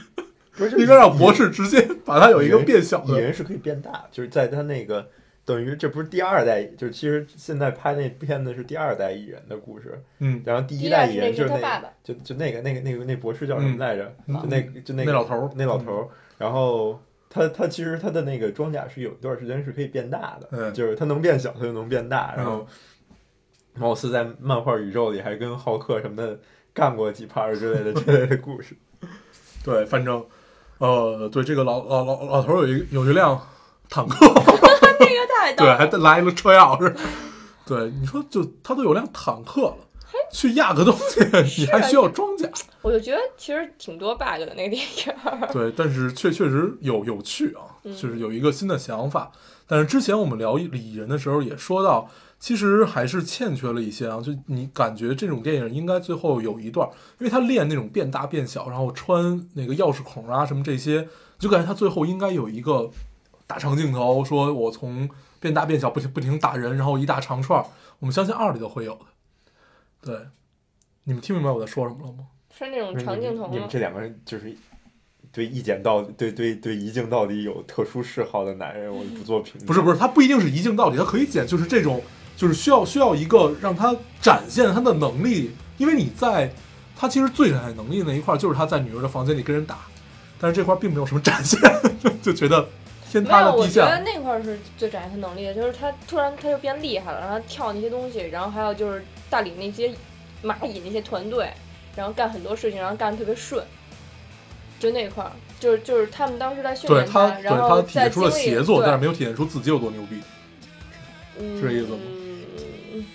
Speaker 3: 不是
Speaker 1: 应该让博士直接把它有一个变小
Speaker 3: 蚁
Speaker 1: 的，
Speaker 3: 人是可以变大，就是在他那个等于这不是第二代，就是其实现在拍那片子是第二代蚁人的故事，
Speaker 1: 嗯，
Speaker 3: 然后第
Speaker 2: 第
Speaker 3: 一
Speaker 2: 一代
Speaker 3: 代蚁
Speaker 2: 是
Speaker 3: 人
Speaker 2: 那
Speaker 3: 就是
Speaker 2: 个
Speaker 3: 那
Speaker 2: 他爸爸
Speaker 3: 就就那个那个那个那博士叫什
Speaker 1: 嗯
Speaker 3: 么来着？
Speaker 1: 嗯
Speaker 3: 就那个就那
Speaker 1: 那
Speaker 3: 个
Speaker 1: 老头儿嗯
Speaker 3: 那老头儿，然后。他他其实他的那个装甲是有一段时间是可以变大的，
Speaker 1: 嗯
Speaker 3: 就是他能变小，他就能变大。然后貌似在漫画宇宙里还跟浩克什么的干过几盘儿之类的之类的故事。
Speaker 1: 对，反正呃，对这个老老老老头儿有一有一辆坦克，
Speaker 2: 那个太逗
Speaker 1: 对，
Speaker 2: 了。
Speaker 1: 还得来了车钥匙，对，你说就他都有辆坦克了，去压个东西，你还需要装甲？
Speaker 2: 我就觉得其实挺多 bug 的那个电影儿， [laughs]
Speaker 1: 对，但是确确实有有趣啊，就是有一个新的想法。但是之前我们聊蚁人的时候也说到，其实还是欠缺了一些啊。就你感觉这种电影应该最后有一段，因为他练那种变大变小，然后穿那个钥匙孔啊什么这些，就感觉他最后应该有一个大长镜头，说我从变大变小，不停不停打人，然后一大长串儿。我们相信二里头会有的。对，你们听明白我在说什么了吗？
Speaker 2: 是那种长镜头
Speaker 3: 你们
Speaker 2: 吗？
Speaker 3: 这两个人就是对一剪到对对对一镜到底有特殊嗜好的男人，我不做评价。
Speaker 1: 不是不是，他不一定是一镜到底，他可以剪，就是这种，就是需要需要一个让他展现他的能力，因为你在他其实最展现能力那一块儿，就是他在女儿的房间里跟人打，但是这块儿并没有什么展现， [laughs] 就觉得天
Speaker 2: 没
Speaker 1: 塌
Speaker 2: 有，
Speaker 1: 了
Speaker 2: 我
Speaker 1: 地
Speaker 2: 觉得
Speaker 1: 陷。
Speaker 2: 那块儿是最展现他能力的，就是他突然他就变厉害了，然后他跳那些东西，然后还有就是带领那些蚂蚁那些团队，然后干很多事情，然后干得特别顺。就那块儿，就是就是他们当时在训
Speaker 1: 对
Speaker 2: 练
Speaker 1: 他，对
Speaker 2: 然后
Speaker 1: 他体
Speaker 2: 在
Speaker 1: 现出
Speaker 2: 经
Speaker 1: 了
Speaker 2: 历，
Speaker 1: 协作，但是
Speaker 2: 对
Speaker 1: 没有体现出自己有多牛逼。
Speaker 2: 嗯，
Speaker 1: 是这意思吗
Speaker 2: 嗯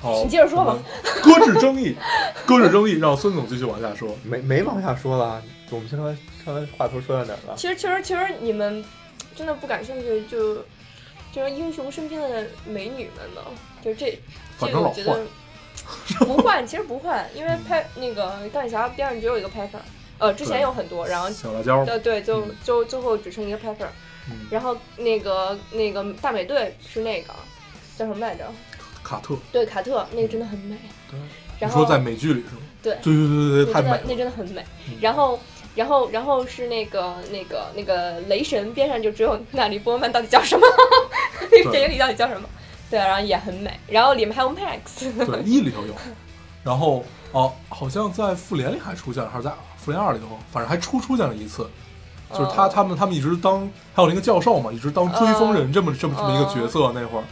Speaker 1: 好，
Speaker 2: [laughs]
Speaker 1: 嗯
Speaker 2: 你接着说吧。
Speaker 1: 搁置争议，搁置争议，让孙总继续往下说。
Speaker 3: 没没往下说了，我们刚才刚才话头说到哪儿了？
Speaker 2: 其实其实其实你们真的不感兴趣，就就是英雄身边的美女们嘛，就这
Speaker 1: 反
Speaker 2: 这
Speaker 1: 正
Speaker 2: 个
Speaker 1: 老嗯
Speaker 2: 我觉得 [laughs] 不换，其实不换，因为拍那个钢铁侠电视剧有一个拍法，呃，之前
Speaker 1: 对
Speaker 2: 有很多，然后呃
Speaker 1: 小辣椒，
Speaker 2: 对对，就
Speaker 1: 嗯
Speaker 2: 就最后只剩一个 Pepper，
Speaker 1: 嗯，
Speaker 2: 然后那个那个大美队是那个叫什么来着？
Speaker 1: 卡特，
Speaker 2: 对，卡特那个真的很美。
Speaker 1: 对你
Speaker 2: 然后
Speaker 1: 说在美剧里是吗？
Speaker 2: 对
Speaker 1: 对对对对，
Speaker 2: 那
Speaker 1: 太
Speaker 2: 真
Speaker 1: 美
Speaker 2: 的
Speaker 1: 了
Speaker 2: 那。真的很美
Speaker 1: 嗯。
Speaker 2: 然后，然后，然后是那个那个那个雷神边上就只有娜莉波曼，到底叫什么？ [laughs] 那个电影里到底叫什么？对，啊然后也很美，然后里面还有 Max， [laughs]
Speaker 1: 对，一里头有，然后哦、好像在复联里还出现了，还是在复联二里头，反正还出出现了一次，就是他、
Speaker 2: 哦
Speaker 1: 他们他们一直当还有那个教授嘛，一直当追风人这么这么这么一个角
Speaker 2: 哦
Speaker 1: 色那会儿，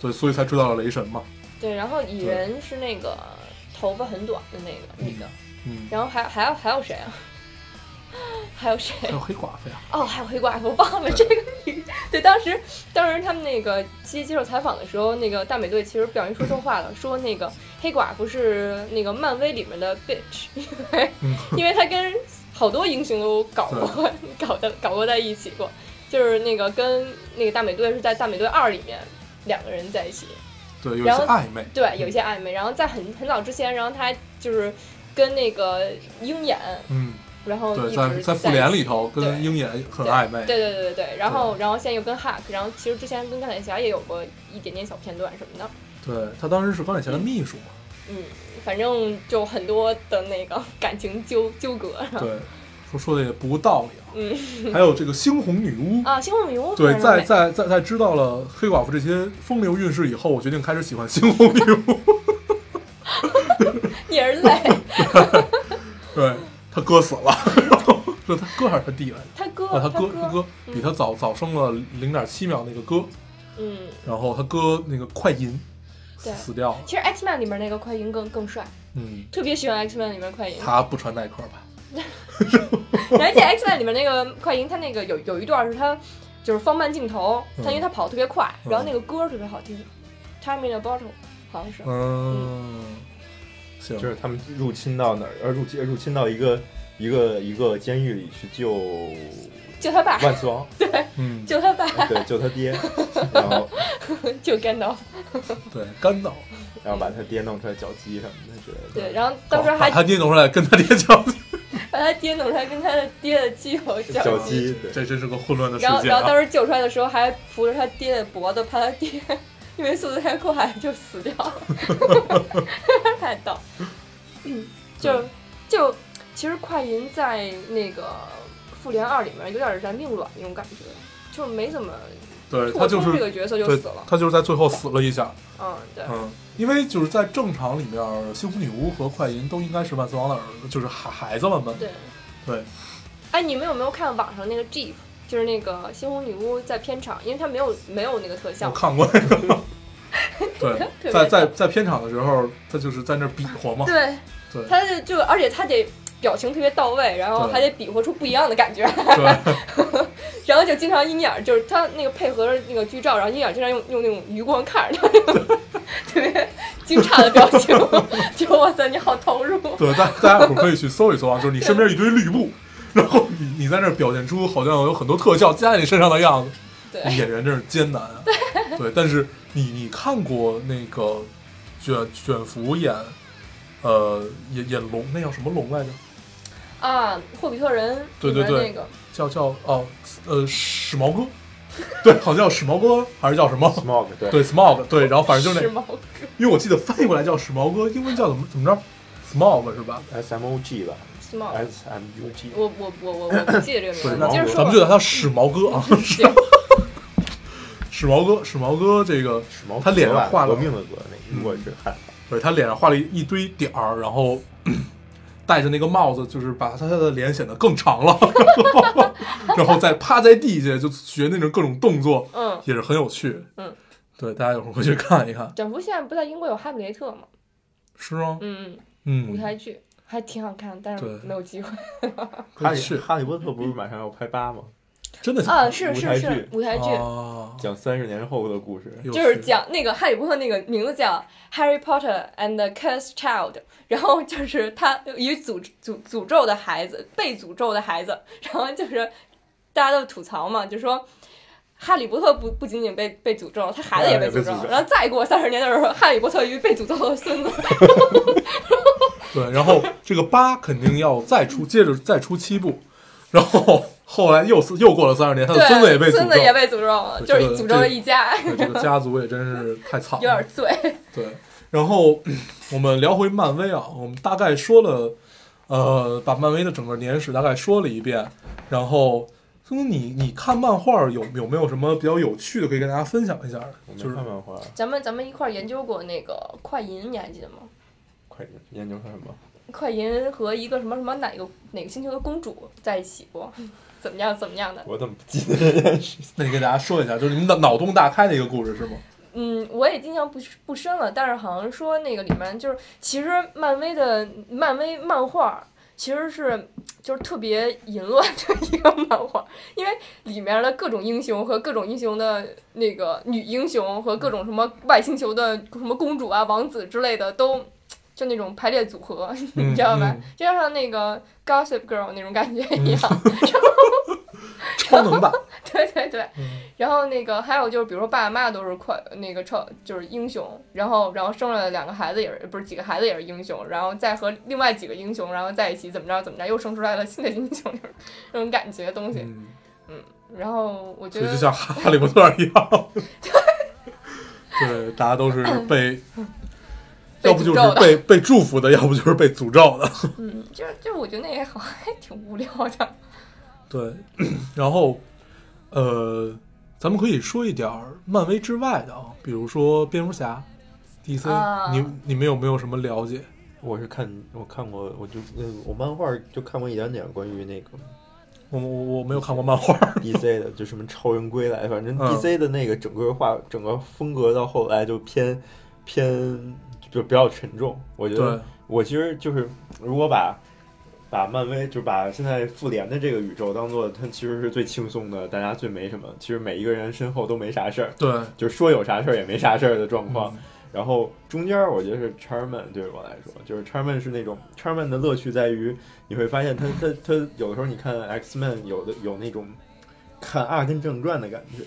Speaker 1: 所以所以才知道了雷神嘛，
Speaker 2: 对，然后蚁人是那个头发很短的那个女的，
Speaker 1: 嗯，
Speaker 2: 然后还还有还有谁啊？ [laughs] 还有谁
Speaker 1: 还？有黑寡妇呀，
Speaker 2: 哦，还有黑寡妇，我忘了这个女。对，当时当时他们那个接接受采访的时候，那个大美队其实不小心说错话了，说那个黑寡妇是那个漫威里面的 bitch，因为
Speaker 1: 嗯
Speaker 2: [laughs] 因为她跟好多英雄都搞过，搞的搞过在一起过，就是那个跟那个大美队是在大美队二里面两个人在一起，
Speaker 1: 对，有一
Speaker 2: 然
Speaker 1: 些
Speaker 2: 后
Speaker 1: 暧昧，
Speaker 2: 对，有一些暧昧。然后在很很早之前，然后他就是跟那个鹰眼，
Speaker 1: 嗯，
Speaker 2: 然后一
Speaker 1: 对，
Speaker 2: 直
Speaker 1: 在
Speaker 2: 在
Speaker 1: 复联
Speaker 2: 一起
Speaker 1: 里头跟
Speaker 2: 对
Speaker 1: 鹰眼很暧昧，
Speaker 2: 对对对对对，然后然后现在又跟 Hulk，然后其实之前跟钢铁侠也有过一点点小片段什么的，
Speaker 1: 对他当时是钢铁侠的秘书嘛，
Speaker 2: 嗯，反正就很多的那个 [laughs] 感情纠纠葛
Speaker 1: 对，说说的也不无道理啊，
Speaker 2: 嗯
Speaker 1: 还有这个猩红女
Speaker 2: [laughs]
Speaker 1: 巫，
Speaker 2: 啊。星火女巫
Speaker 1: 对，
Speaker 2: 反正
Speaker 1: 在
Speaker 2: 没
Speaker 1: 在在在知道了黑寡妇这些风流韵事以后，我决定开始喜欢猩红女巫。 [laughs]
Speaker 2: 你儿子在
Speaker 1: 对他哥死了， [laughs] 是他哥还是他弟来着？
Speaker 2: 他哥
Speaker 1: 啊，他哥，他
Speaker 2: 哥，
Speaker 1: 哥比他早早生了零点七秒那个哥，
Speaker 2: 嗯，
Speaker 1: 然后他哥那个快银
Speaker 2: 对
Speaker 1: 死掉了。
Speaker 2: 其实 X Man 里面那个快银更更帅，
Speaker 1: 嗯，
Speaker 2: 特别喜欢 X Man 里面快银，
Speaker 1: 他不穿耐克吧？
Speaker 2: [laughs] 而且 X Man 里面那个快银，他那个有有一段是他就是放慢镜头，他因为
Speaker 1: 嗯
Speaker 2: 他跑得特别快，
Speaker 1: 嗯
Speaker 2: 然后那个歌特别好听，Time in a Bottle 好像是，
Speaker 1: 嗯，行，
Speaker 3: 就是他们入侵到哪儿？呃，入侵入侵到一个一个一个监狱里去救
Speaker 2: 就他爸， [laughs]
Speaker 3: 万磁王，
Speaker 1: 嗯，
Speaker 2: 就他爸，
Speaker 3: 对，救他爹，然后
Speaker 2: 就 Gandalf。
Speaker 1: 对，干倒，
Speaker 3: 然后把他爹弄出来绞鸡什么的之类的。
Speaker 2: 对，然后当时
Speaker 1: 把
Speaker 2: 还
Speaker 1: 他爹弄出来跟他爹较劲，
Speaker 2: 把他爹弄出来跟他的爹的基友
Speaker 3: 绞
Speaker 2: 较劲，
Speaker 3: 鸡，对，
Speaker 1: 这真是个混乱的世
Speaker 2: 然后
Speaker 1: 界
Speaker 2: 然后
Speaker 1: 啊！
Speaker 2: 当时救出来的时候还扶着他爹的脖子，怕他爹因为速度太快就死掉了， [laughs] 太逗。嗯，就就其实快银在那个复联二里面有点燃并卵那种感觉，就是没怎么
Speaker 1: 对他
Speaker 2: 拓
Speaker 1: 就
Speaker 2: 充
Speaker 1: 是
Speaker 2: 这个角色就
Speaker 1: 对
Speaker 2: 死了，。
Speaker 1: 他就是在最后死了一下，
Speaker 2: 嗯，对，
Speaker 1: 嗯，因为就是在正常里面，猩红女巫和快银都应该是万磁王的儿子，就是孩孩子了嘛。
Speaker 2: 对。
Speaker 1: 对，
Speaker 2: 哎，你们有没有看网上那个 GIF？就是那个猩红女巫在片场，因为她没有没有那个特效
Speaker 1: 我，看过那个。
Speaker 2: [laughs] 特
Speaker 1: 对，
Speaker 2: 别
Speaker 1: 在在
Speaker 2: 逗
Speaker 1: 在片场的时候，他就是在那儿比划嘛。
Speaker 2: 对，
Speaker 1: 对
Speaker 2: 他就就而且他得表情特别到位，然后
Speaker 1: 对
Speaker 2: 还得比划出不一样的感 [laughs] 觉，
Speaker 1: 对，
Speaker 2: 然后就经常鹰眼儿就是他那个配合着那个剧照，然后鹰眼儿经常用用那种余光看着他， [laughs] 特别惊诧的表 [laughs] 情，就哇塞你好投入，
Speaker 1: 对，大大家伙可以去搜一搜啊，就是你身边一堆绿布， [laughs] 然后你你在那儿表现出好像有很多特效加在你身上的样子，
Speaker 2: 对
Speaker 1: 演员真是艰难啊。对，但是你你看过那个卷卷福演，呃，演演龙那叫什么龙来着？
Speaker 2: 啊，霍比特人
Speaker 1: 对对
Speaker 2: 里面
Speaker 1: 对
Speaker 2: 那个
Speaker 1: 叫叫哦，呃，史毛哥， [laughs] 对，好像叫史毛哥还是叫什么？
Speaker 3: smog，对，
Speaker 1: 对，smog，对，然后反正就是是那，
Speaker 2: 吗？
Speaker 1: 因为我记得翻译过来叫史毛哥，英文叫怎么怎么着，smog 是吧？
Speaker 3: ，S M O G 吧，
Speaker 1: 哎
Speaker 2: Smog，
Speaker 3: S M U G，
Speaker 2: 我我我我我不记得这个名字，
Speaker 3: 对
Speaker 2: 你接着
Speaker 1: 咱
Speaker 2: 说吧
Speaker 1: 们就叫他史毛哥啊，
Speaker 2: 行
Speaker 1: 史毛哥，史毛哥这个，
Speaker 3: 史毛
Speaker 1: 他脸上
Speaker 3: 革吧
Speaker 1: 画了嗯
Speaker 3: 革命的革，那如果是汉化，
Speaker 1: 对他脸上画了一堆点儿，然后 [clears throat] 咳戴着那个帽子，就是把他的脸显得更长了， [laughs] 然后然后再趴在地下就学那种各种动作，
Speaker 2: 嗯，
Speaker 1: 也是很有趣。
Speaker 2: 嗯，
Speaker 1: 对，大家有空回去看一看，
Speaker 2: 整幅现在不在英国有《哈姆雷特》吗？
Speaker 1: 是吗？
Speaker 2: 嗯，嗯
Speaker 1: 嗯，
Speaker 2: 舞台剧还挺好看，但是
Speaker 1: 对
Speaker 2: 没有机会。
Speaker 1: 可
Speaker 3: 哈
Speaker 1: 以
Speaker 3: 利
Speaker 1: 去，
Speaker 3: 哈利波特不是马上要拍八吗？
Speaker 1: 真的假
Speaker 2: 啊，
Speaker 1: 的？
Speaker 2: 是
Speaker 3: 舞
Speaker 2: 是
Speaker 3: 台
Speaker 2: 是
Speaker 3: 剧
Speaker 2: 舞台剧，
Speaker 1: 啊，
Speaker 3: 讲三十年后的故事，
Speaker 1: 有
Speaker 2: 就是
Speaker 1: 趣
Speaker 2: 讲那个哈利波特那个名字叫《Harry Potter and the Cursed Child》，然后就是他与诅诅诅咒的孩子，被诅咒的孩子，然后就是大家都吐槽嘛，就说。哈利波特不不仅仅被被诅咒，他孩子也被诅咒
Speaker 3: 哎被诅。咒
Speaker 2: 然后再过三十年的时候，哈利波特与被诅咒的孙子，
Speaker 1: 对，然后这个八肯定要再出，接着再出七部，然后后来又四又过了三十年，他的
Speaker 2: 对，
Speaker 1: 呃孙子也被诅
Speaker 2: 孙
Speaker 1: 咒
Speaker 2: 子也被诅咒了，
Speaker 1: 对
Speaker 2: 就是
Speaker 1: 这个
Speaker 2: 诅咒了一家，
Speaker 1: 对这个家族也真是太惨
Speaker 2: 有
Speaker 1: 了
Speaker 2: 点。醉。 [laughs]
Speaker 1: 对，然后我们聊回漫威啊，我们大概说了，呃，把漫威的整个年史大概说了一遍，然后。松你你看漫画有有没有什么比较有趣的可以跟大家分享一下的？
Speaker 3: 我
Speaker 1: 就是
Speaker 3: 没看漫画，
Speaker 2: 咱们咱们一块儿研究过那个快银，你还记得吗？
Speaker 3: 快点研究什么？
Speaker 2: 快银和一个什么什么哪个哪个星球的公主在一起过，怎么样怎么样的？
Speaker 3: 我怎么不记得这件事？
Speaker 1: 那你给大家说一下，就是你脑脑洞大开的一个故事是
Speaker 2: [laughs]
Speaker 1: 吗？
Speaker 2: 嗯，我也印象不不深了，但是好像说那个里面就是，其实漫威的漫威漫画其实是就是特别淫乱的一个漫画，因为里面的各种英雄和各种英雄的那个女英雄和各种什么外星球的什么公主啊、王子之类的都。就那种排列组合，
Speaker 1: 嗯
Speaker 2: 你知道吧？
Speaker 1: 嗯
Speaker 2: 就像那个 Gossip Girl 那种感觉一样，
Speaker 1: 嗯超能吧，
Speaker 2: [laughs] 对对对
Speaker 1: 嗯，
Speaker 2: 然后那个还有就是，比如说爸爸妈妈都是快那个超就是英雄，然后然后生了两个孩子也是不是几个孩子也是英雄，然后再和另外几个英雄然后在一起怎么着怎么着又生出来了新的英雄，就是那种感觉的东西。
Speaker 1: 嗯，
Speaker 2: 然后我觉
Speaker 1: 所以
Speaker 2: 得
Speaker 1: 就像哈利波特一
Speaker 2: [laughs]
Speaker 1: 样，对，大家都是被，
Speaker 2: 被
Speaker 1: 要不就
Speaker 2: 诅咒
Speaker 1: 是
Speaker 2: 的
Speaker 1: 被被祝福的，要不就是被诅咒的。
Speaker 2: 嗯，就是就是我觉得那也好像还挺无聊的。
Speaker 1: 对，然后，呃，咱们可以说一点儿漫威之外的啊，比如说蝙蝠侠，DC，、
Speaker 2: 啊
Speaker 1: 你你们有没有什么了解？
Speaker 3: 我是看我看过，我就嗯，我漫画就看过一点点关于
Speaker 1: [laughs]
Speaker 3: 那个
Speaker 1: 我我我没有看过漫画，
Speaker 3: DC 的，就什么超人归来，反正
Speaker 1: 嗯
Speaker 3: DC 的那个整个画、整个风格到后来就偏偏就比较沉重。我觉
Speaker 1: 对
Speaker 3: 得，我其实就是如果把把漫威就把现在复联的这个宇宙当做它其实是最轻松的，大家最没什么，其实每一个人身后都没啥事儿，
Speaker 1: 对，
Speaker 3: 就是说有啥事儿也没啥事儿的状况。
Speaker 1: 嗯
Speaker 3: 然后中间儿我觉得是 Charman 对于我来说，就是 Charman 是那种 Charman 的乐趣在于，你会发现他他他有的时候你看 X Man 有的有那种看《阿根正传》的感觉，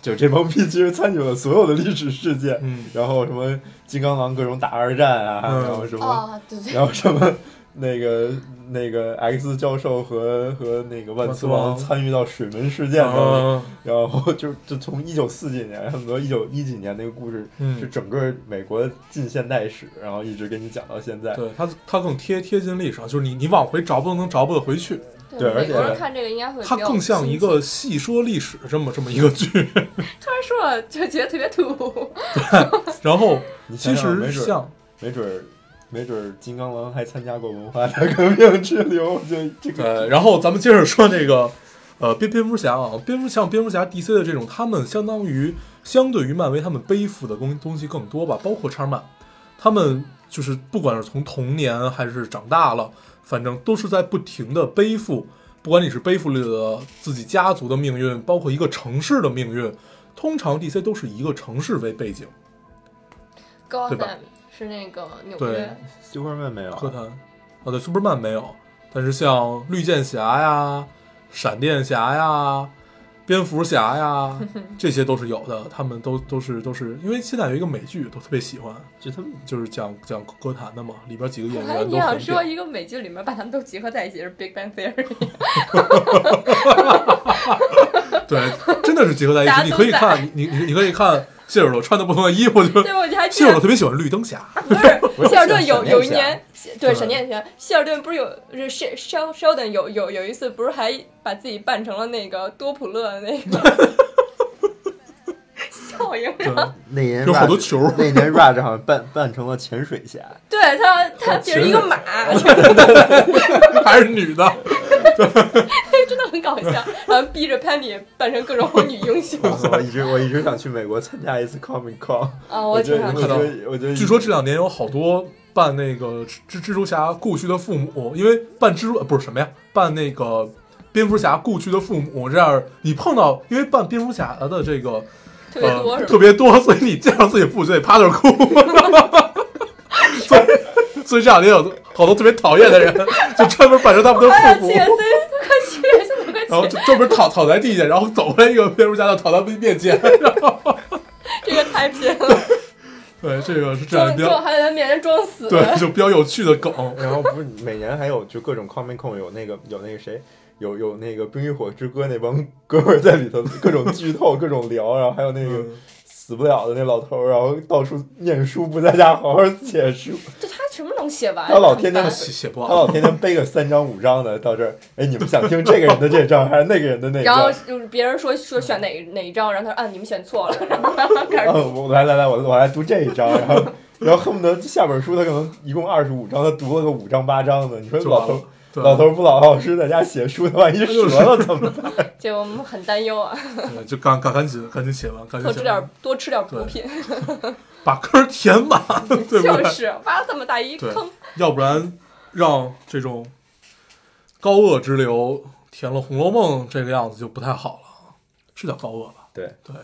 Speaker 3: 就这帮逼其实参与了所有的历史事件，
Speaker 1: 嗯，
Speaker 3: 然后什么金刚狼各种打二战啊，
Speaker 1: 嗯
Speaker 3: 然后什么、
Speaker 2: 啊，对对，
Speaker 3: 然后什么那个那个 X 教授和和那个万磁
Speaker 1: 万
Speaker 3: 王
Speaker 1: 磁王
Speaker 3: 参与到水门事件当中，
Speaker 1: 啊，
Speaker 3: [laughs] 然后就就从一九四几年，恨不得一九一几年那个故事，
Speaker 1: 嗯
Speaker 3: 是整个美国近现代史，然后一直给你讲到现在。
Speaker 1: 对它它更贴贴近历史啊，就是你你往回找不能找不得回去，
Speaker 3: 对而
Speaker 2: 美国人
Speaker 3: 且
Speaker 2: 看这个应该会比
Speaker 1: 它
Speaker 2: 较
Speaker 1: 更像一个
Speaker 2: 新
Speaker 1: 细
Speaker 2: 奇
Speaker 1: 说历史这么这么一个剧。
Speaker 2: [laughs] 突然说了就觉得特别土，
Speaker 1: 然后
Speaker 3: 你
Speaker 1: 其
Speaker 3: 想想
Speaker 1: 实
Speaker 3: 没准
Speaker 1: 像
Speaker 3: 没准儿，没准儿金刚狼还参加过文化大革命之流，我觉得这个
Speaker 1: 对，呃然后咱们接着说那个呃蝙蝙蝠侠啊，蝙蝠像蝙蝠侠 DC 的这种，他们相当于相对于漫威，他们背负的东东西更多吧，包括叉漫，他们就是不管是从童年还是长大了，反正都是在不停的背负，不管你是背负了自己家族的命运，包括一个城市的命运，通常 DC 都是以一个城市为背景，对吧
Speaker 2: [laughs] Gotham 是那个纽
Speaker 1: 对
Speaker 2: 约，
Speaker 3: Superman 没有
Speaker 1: 柯
Speaker 3: 啊，
Speaker 1: 南啊，对，Superman 没有，但是像绿箭侠呀、闪电侠呀、蝙蝠侠
Speaker 2: [laughs]
Speaker 1: 呀，这些都是有的。他们都都是都是，因为现在有一个美剧都特别喜欢，
Speaker 3: 就他们
Speaker 1: 就是讲讲歌坛的嘛，里边几个演
Speaker 2: 我还
Speaker 1: 员
Speaker 2: 哎你
Speaker 1: 都很
Speaker 2: 想说
Speaker 1: 屌。
Speaker 2: 一个美剧里面把他们都集合在一起是《Big Bang Theory》，
Speaker 1: 对，真的是结合在一起。
Speaker 2: 大家
Speaker 1: 你
Speaker 2: 都
Speaker 1: 可以
Speaker 2: 在
Speaker 1: 看，你你你可以看谢尔顿穿的不同的衣服就。
Speaker 2: 对，
Speaker 1: [laughs]
Speaker 2: 我就还记
Speaker 1: 谢尔顿
Speaker 2: 得
Speaker 1: 特别喜欢绿灯侠，
Speaker 2: 不是谢尔顿有有一
Speaker 3: 闪电侠
Speaker 2: 年，对
Speaker 1: 对
Speaker 2: 闪电侠，谢尔顿不是有是 Sh- Shel- Sheldon 有有有一次不是还把自己扮成了那个多普勒的那个 [laughs] 效应， [laughs]
Speaker 1: 对，
Speaker 3: 那年
Speaker 1: 有好
Speaker 3: Raj-
Speaker 1: 多球儿
Speaker 3: 那年 Raj 好像扮扮成了潜水 [laughs] 侠，
Speaker 2: 对他他骑着一个马，
Speaker 1: 还是女的，
Speaker 2: [laughs] 真的很搞笑，然后逼着 Penny 扮成各种女英
Speaker 3: [laughs]
Speaker 2: 雄
Speaker 3: 我一直我一直想去美国参加一次 Comic Con，
Speaker 2: 啊！
Speaker 3: 我
Speaker 2: 我
Speaker 3: 觉
Speaker 2: 挺
Speaker 3: 得
Speaker 2: 想看的。
Speaker 3: 我觉
Speaker 1: 到
Speaker 3: 得我觉得
Speaker 1: 据说这两年有好多扮那个蜘蜘蛛侠故去的父母，因为扮蜘蛛呃不是什么呀，扮那个蝙蝠侠故去的父母，这样你碰到因为扮蝙蝠侠的这个
Speaker 2: 特别多
Speaker 1: 呃、
Speaker 2: 是
Speaker 1: 特
Speaker 2: 吧？
Speaker 1: 别多，所以你见到自己父母就得趴那儿哭， [laughs] 所以所以这两年有好多特别讨厌的人，就专门扮成他们的
Speaker 2: 哎呀，
Speaker 1: 父
Speaker 2: 七
Speaker 1: 母。
Speaker 2: 月森，快七月森，快
Speaker 1: 然后
Speaker 2: 七
Speaker 1: [laughs] 就专门躺躺在地下，然后走过来一个蝙蝠侠，就躺在面前。 [laughs] 然后，
Speaker 2: 这个太拼了，
Speaker 1: 对，这个是这样
Speaker 2: 装
Speaker 1: 比
Speaker 2: 装
Speaker 1: 较
Speaker 2: 还在他面前装死。
Speaker 1: 对，就比较有趣的梗。 [laughs]
Speaker 3: 然后不是每年还有就各种 Comic Con 有那个有那个谁，有有那个《冰与火之歌》那帮哥们儿在里头各种剧透各种聊，然后还有那个
Speaker 1: 嗯
Speaker 3: 死不了的那老头儿，然后到处念书不在家好好写书，
Speaker 2: 这他什么能写完？
Speaker 3: 他老天天
Speaker 2: 哎很烦
Speaker 1: 写写不
Speaker 3: 他
Speaker 1: 好
Speaker 3: 老，天天背个三张五张的到这儿，哎，你们想听这个人的这张还是那个人的那
Speaker 2: 然后
Speaker 3: 张？
Speaker 2: 就是别人说说选哪
Speaker 1: 嗯
Speaker 2: 哪一张，然后他说啊你们选
Speaker 1: [laughs]
Speaker 2: 错了，然后开始
Speaker 3: 嗯，我来来来，我我来读这一章，然后然后恨不得下本书他可能一共二十五章，他读了个五章八章的，你说
Speaker 1: 就
Speaker 3: 老
Speaker 1: 完
Speaker 3: 头
Speaker 1: 了
Speaker 3: 儿。
Speaker 1: 对
Speaker 3: 老头儿不老老实在家写书，
Speaker 1: [laughs]
Speaker 3: 他万一折了怎么办？
Speaker 2: 这我们很担忧啊，
Speaker 1: 对就赶赶赶紧赶紧写完，赶紧
Speaker 2: 多
Speaker 1: 写
Speaker 2: 吃
Speaker 1: 完
Speaker 2: 点多吃点补品，
Speaker 1: 把坑儿填满， [laughs] 对不对？
Speaker 2: 就是挖了这么大一
Speaker 1: [laughs] 对
Speaker 2: 坑，
Speaker 1: 要不然让这种高恶之流填了《红楼梦》这个样子就不太好了，是叫高恶吧？
Speaker 3: 对
Speaker 1: [laughs] 对，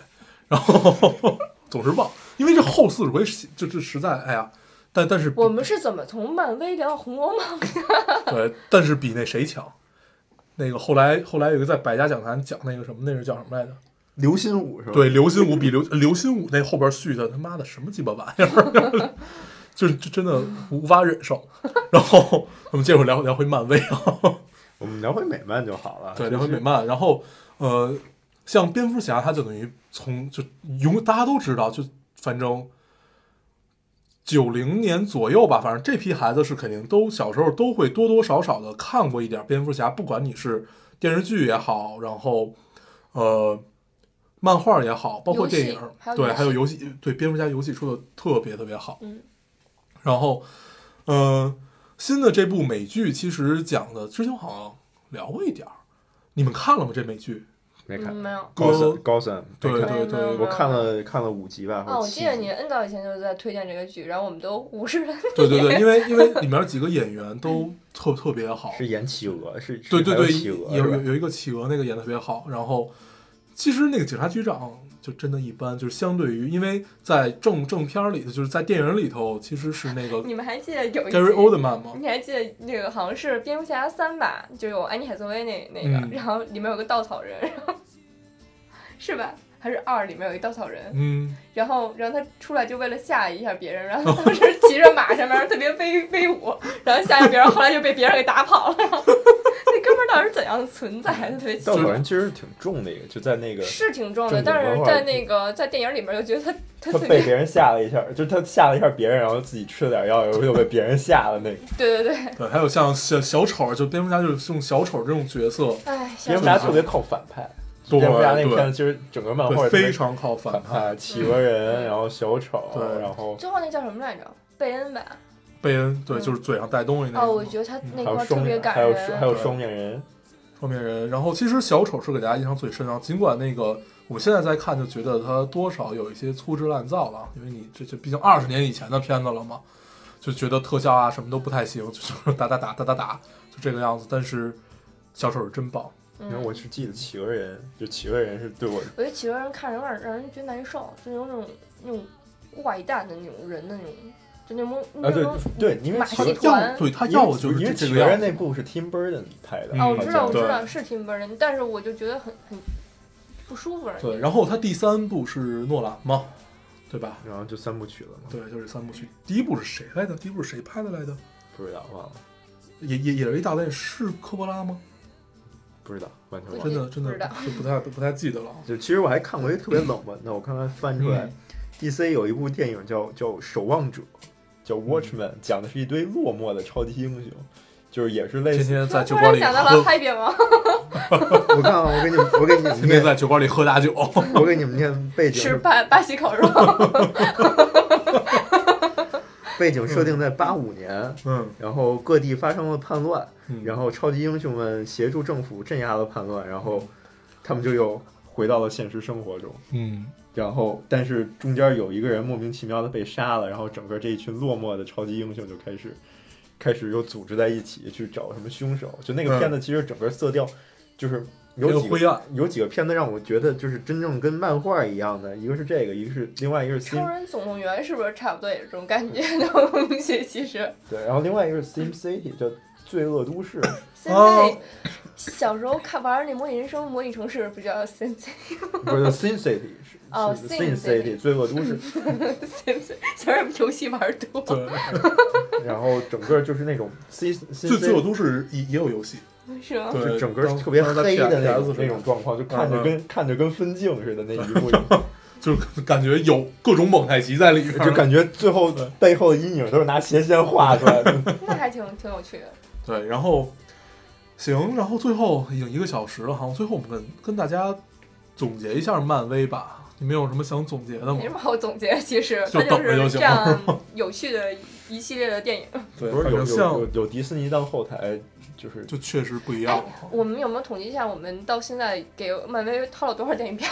Speaker 1: 然后 [laughs] 总是忘，因为这后四十回实就是实在哎呀，但但是比
Speaker 2: 我们是怎么从漫威聊到红楼梦？
Speaker 1: 对，但是比那谁强。那个后来后来有一个在百家讲坛讲那个什么，那是叫什么来着？
Speaker 3: 刘心武是吧？
Speaker 1: 对，刘心武比刘刘心武那后边续的他妈的什么鸡巴玩意儿， [laughs] 就是就真的无法忍受。然后我们接着聊聊回漫威啊，
Speaker 3: 我们聊回美漫就好了。
Speaker 1: 对，
Speaker 3: 就
Speaker 1: 聊
Speaker 3: 是
Speaker 1: 回美漫。然后呃，像蝙蝠侠，他就等于从就永大家都知道，就反正九零年左右吧，反正这批孩子是肯定都小时候都会多多少少的看过一点蝙蝠侠，不管你是电视剧也好，然后呃漫画也好，包括电影
Speaker 2: 游戏还，有游
Speaker 1: 对，
Speaker 2: 戏
Speaker 1: 还有游戏，对蝙蝠侠游戏出的特别特别好。
Speaker 2: 嗯，
Speaker 1: 然后呃新的这部美剧其实讲的之前我好像聊过一点儿，你们看了吗？这美剧？
Speaker 3: 没
Speaker 2: 嗯
Speaker 3: 看
Speaker 2: 没有。
Speaker 3: 高
Speaker 1: 歌
Speaker 3: 三高三
Speaker 1: 对
Speaker 3: 没看
Speaker 1: 对对，
Speaker 3: 我看了看了五集吧。
Speaker 2: 啊，
Speaker 3: 或
Speaker 2: 我
Speaker 3: 者七
Speaker 2: 记得
Speaker 3: 集
Speaker 2: 你 N 早以前就在推荐这个剧，然后我们都无视了。
Speaker 1: 对对对，因为因为里面几个演员都特特别好，
Speaker 3: 是演企鹅，是是
Speaker 1: 对对
Speaker 3: 还有
Speaker 1: 对，
Speaker 3: 企鹅
Speaker 1: 有
Speaker 3: 是
Speaker 1: 有
Speaker 3: 吧
Speaker 1: 有一个企鹅那个演的特别好，然后其实那个警察局长就真的一般，就是相对于因为在正正片儿里头，就是在电影里头其实是那个
Speaker 2: [laughs] 你们还记得有一集
Speaker 1: Gary Oldman 吗？
Speaker 2: 你还记得那个好像是蝙蝠侠三吧，就有安妮海瑟薇那那个，
Speaker 1: 嗯
Speaker 2: 然后里面有个稻草人，然后 [laughs] 是吧？还是二里面有一稻草人，
Speaker 1: 嗯，
Speaker 2: 然后然后他出来就为了吓一下别人，然后当时骑着马上面特别威威武，然后吓一别人，后来就被别人给打跑了。 [laughs] 那哥们儿到底是怎样存在的？特别奇
Speaker 3: 稻草
Speaker 2: 怪。
Speaker 3: 人其实挺重的一个，就在那个
Speaker 2: 是挺重
Speaker 3: 正
Speaker 2: 的，
Speaker 3: 经
Speaker 2: 但
Speaker 3: 文
Speaker 2: 是
Speaker 3: 化
Speaker 2: 在那个在电影里面又觉得他他
Speaker 3: 他
Speaker 2: 特
Speaker 3: 被
Speaker 2: 别
Speaker 3: 别人吓了一下， [laughs] 就是他吓了一下别人，然后自己吃了点药，
Speaker 1: [laughs]
Speaker 3: 又又被别人吓了
Speaker 2: [laughs]
Speaker 3: 那个。
Speaker 2: [laughs] 对对对，
Speaker 1: 对，还有像小小丑，就蝙蝠侠就是用小丑这种角色，
Speaker 2: 哎，想
Speaker 3: 蝙
Speaker 2: 想
Speaker 3: 蝠侠特别靠反派，
Speaker 1: 对
Speaker 3: 蝙蝠侠那个
Speaker 1: 对
Speaker 3: 片子其实整个漫画
Speaker 1: 对，
Speaker 3: 特别
Speaker 1: 非常靠反
Speaker 3: 反
Speaker 1: 派。嗯
Speaker 3: 派，企鹅人，然后小丑，
Speaker 1: 对
Speaker 3: 然后
Speaker 2: 最后那叫什么来
Speaker 3: 嗯
Speaker 2: 着？贝恩吧。
Speaker 1: 贝恩对，
Speaker 2: 嗯
Speaker 1: 就是嘴上带东西那个。
Speaker 2: 哦，我觉得他那块
Speaker 3: 还有
Speaker 2: 儿特
Speaker 3: 双
Speaker 2: 别
Speaker 3: 面，
Speaker 2: 感
Speaker 3: 还有双还
Speaker 2: 人。
Speaker 3: 有双面人，
Speaker 1: 双面人。然后其实小丑是给大家印象最深啊，尽管那个我们现在在看就觉得他多少有一些粗制滥造了，啊因为你这这毕竟二十年以前的片子了嘛，就觉得特效啊什么都不太行，就是打打打打打打就这个样子。但是小丑是真棒，
Speaker 3: 因为
Speaker 2: 嗯，
Speaker 3: 我是记得企鹅人，就企鹅人是对我
Speaker 2: 我觉得企鹅人看着有点让人觉得难受，就有那种那种坏蛋的那种人的那种，就那种
Speaker 3: 啊，
Speaker 2: 那
Speaker 3: 对
Speaker 2: 种。
Speaker 3: 对，因为
Speaker 2: 马
Speaker 3: 企
Speaker 1: 他
Speaker 3: 鹅
Speaker 2: 戏
Speaker 1: 要对他要的就是
Speaker 3: 因
Speaker 1: 这
Speaker 3: 为
Speaker 1: 这
Speaker 3: 企
Speaker 1: 个
Speaker 3: 鹅人
Speaker 1: 样
Speaker 3: 那
Speaker 1: 子。
Speaker 3: 部是 Tim Burton 拍的，
Speaker 1: 嗯
Speaker 2: 哦，我知道，
Speaker 3: 好
Speaker 2: 我
Speaker 3: 像
Speaker 2: 知道是 Tim Burton，但是我就觉得很很不舒服而已。
Speaker 1: 对，然后他第三部是诺兰嘛，对吧？
Speaker 3: 然后就三部曲了嘛，
Speaker 1: 对，就是三部曲。第一部是谁来着？第一部是谁拍的来着？
Speaker 3: 不知道忘了，
Speaker 1: 也也也是一大类，是科波拉吗？
Speaker 3: 不知道完全忘
Speaker 2: 不
Speaker 3: 了。
Speaker 1: 真的
Speaker 2: 知
Speaker 1: 真的
Speaker 2: 不知道
Speaker 1: 就不太不太记得了啊。
Speaker 3: 就其实我还看过一个特别冷门的，我刚才翻出来
Speaker 1: 嗯，
Speaker 3: DC 有一部电影叫叫《守望者》，叫 Watchman，、讲的是一堆落寞的超级英雄，就是也是类
Speaker 1: 天
Speaker 3: 似。
Speaker 1: 天在酒
Speaker 2: 突
Speaker 1: 馆
Speaker 2: 然
Speaker 1: 里
Speaker 2: 想到了
Speaker 1: 喝，
Speaker 2: 嗨
Speaker 1: [laughs]
Speaker 2: 扁王，
Speaker 3: 我看啊，我给你们，我给你们
Speaker 1: 天天
Speaker 3: 念，
Speaker 1: 在酒馆里喝大酒，
Speaker 3: 我给你们念背景
Speaker 2: 吃
Speaker 3: 是
Speaker 2: 巴巴西
Speaker 1: [laughs]
Speaker 2: 烤肉，
Speaker 3: 背景设定在八五年，
Speaker 1: 嗯，
Speaker 3: 然后各地发生了叛乱，
Speaker 1: 嗯
Speaker 3: 然后超级英雄们协助政府镇压了叛乱，然后他们就又回到了现实生活中。
Speaker 1: 嗯
Speaker 3: 然后，但是中间有一个人莫名其妙的被杀了，然后整个这一群落寞的超级英雄就开始开始又组织在一起去找什么凶手。就那
Speaker 1: 嗯
Speaker 3: 个片子其实整个色调就是有
Speaker 1: 那个
Speaker 3: 几
Speaker 1: 灰暗
Speaker 3: 有几个哦片子让我觉得就是真正跟漫画一样的，一个是这个，一个是另外一个是
Speaker 2: 超
Speaker 3: Sim
Speaker 2: 人总动员是不是差不多也是这种感觉的东西？其实
Speaker 3: 对，然后另外一个是 Sim City 叫罪恶都市，
Speaker 2: 现
Speaker 1: 哦
Speaker 2: 在小时候看玩那模拟人生、模拟城市，不叫 Sim
Speaker 3: 不是
Speaker 2: [laughs]
Speaker 3: 叫 Sim City 是
Speaker 2: 哦
Speaker 3: 是
Speaker 2: Sin
Speaker 3: Sin City 罪恶都市，
Speaker 2: Sim，小时候游戏玩多，
Speaker 1: 对，
Speaker 3: 然后整个就是那种
Speaker 1: [laughs]
Speaker 3: C C
Speaker 1: 最最有都市也也有游戏，
Speaker 2: 是吗？
Speaker 1: 对，
Speaker 3: 就整个
Speaker 1: 当
Speaker 3: 特别
Speaker 1: 当时在
Speaker 3: 黑的那
Speaker 1: PS
Speaker 3: 种那种状况，就看着
Speaker 1: 嗯嗯
Speaker 3: 跟看着跟分镜似的那一
Speaker 1: [laughs]
Speaker 3: 幕，就
Speaker 1: 就是感觉有各种蒙太奇在里边，
Speaker 3: 感觉最后背后的阴影都是拿斜线画出来的。
Speaker 2: 那还挺挺有趣的。
Speaker 1: 对，然后行，然后最后已经一个小时了哈，最后我们跟跟大家总结一下漫威吧，你们有什么想总结的吗
Speaker 2: 没什？么好总结，其实
Speaker 1: 就
Speaker 2: 它
Speaker 1: 等着就
Speaker 2: 就
Speaker 1: 行
Speaker 2: 是这
Speaker 1: [laughs]
Speaker 2: 样有趣的一系列的电影。
Speaker 1: 对，
Speaker 3: 不是
Speaker 1: 反
Speaker 3: 有
Speaker 1: 正
Speaker 3: 有
Speaker 1: 像
Speaker 3: 有有迪士尼当后台，就是
Speaker 1: 就确实不一样
Speaker 2: 哎
Speaker 1: 了哈，，
Speaker 2: 我们有没有统计一下，我们到现在给漫威掏了多少电影票？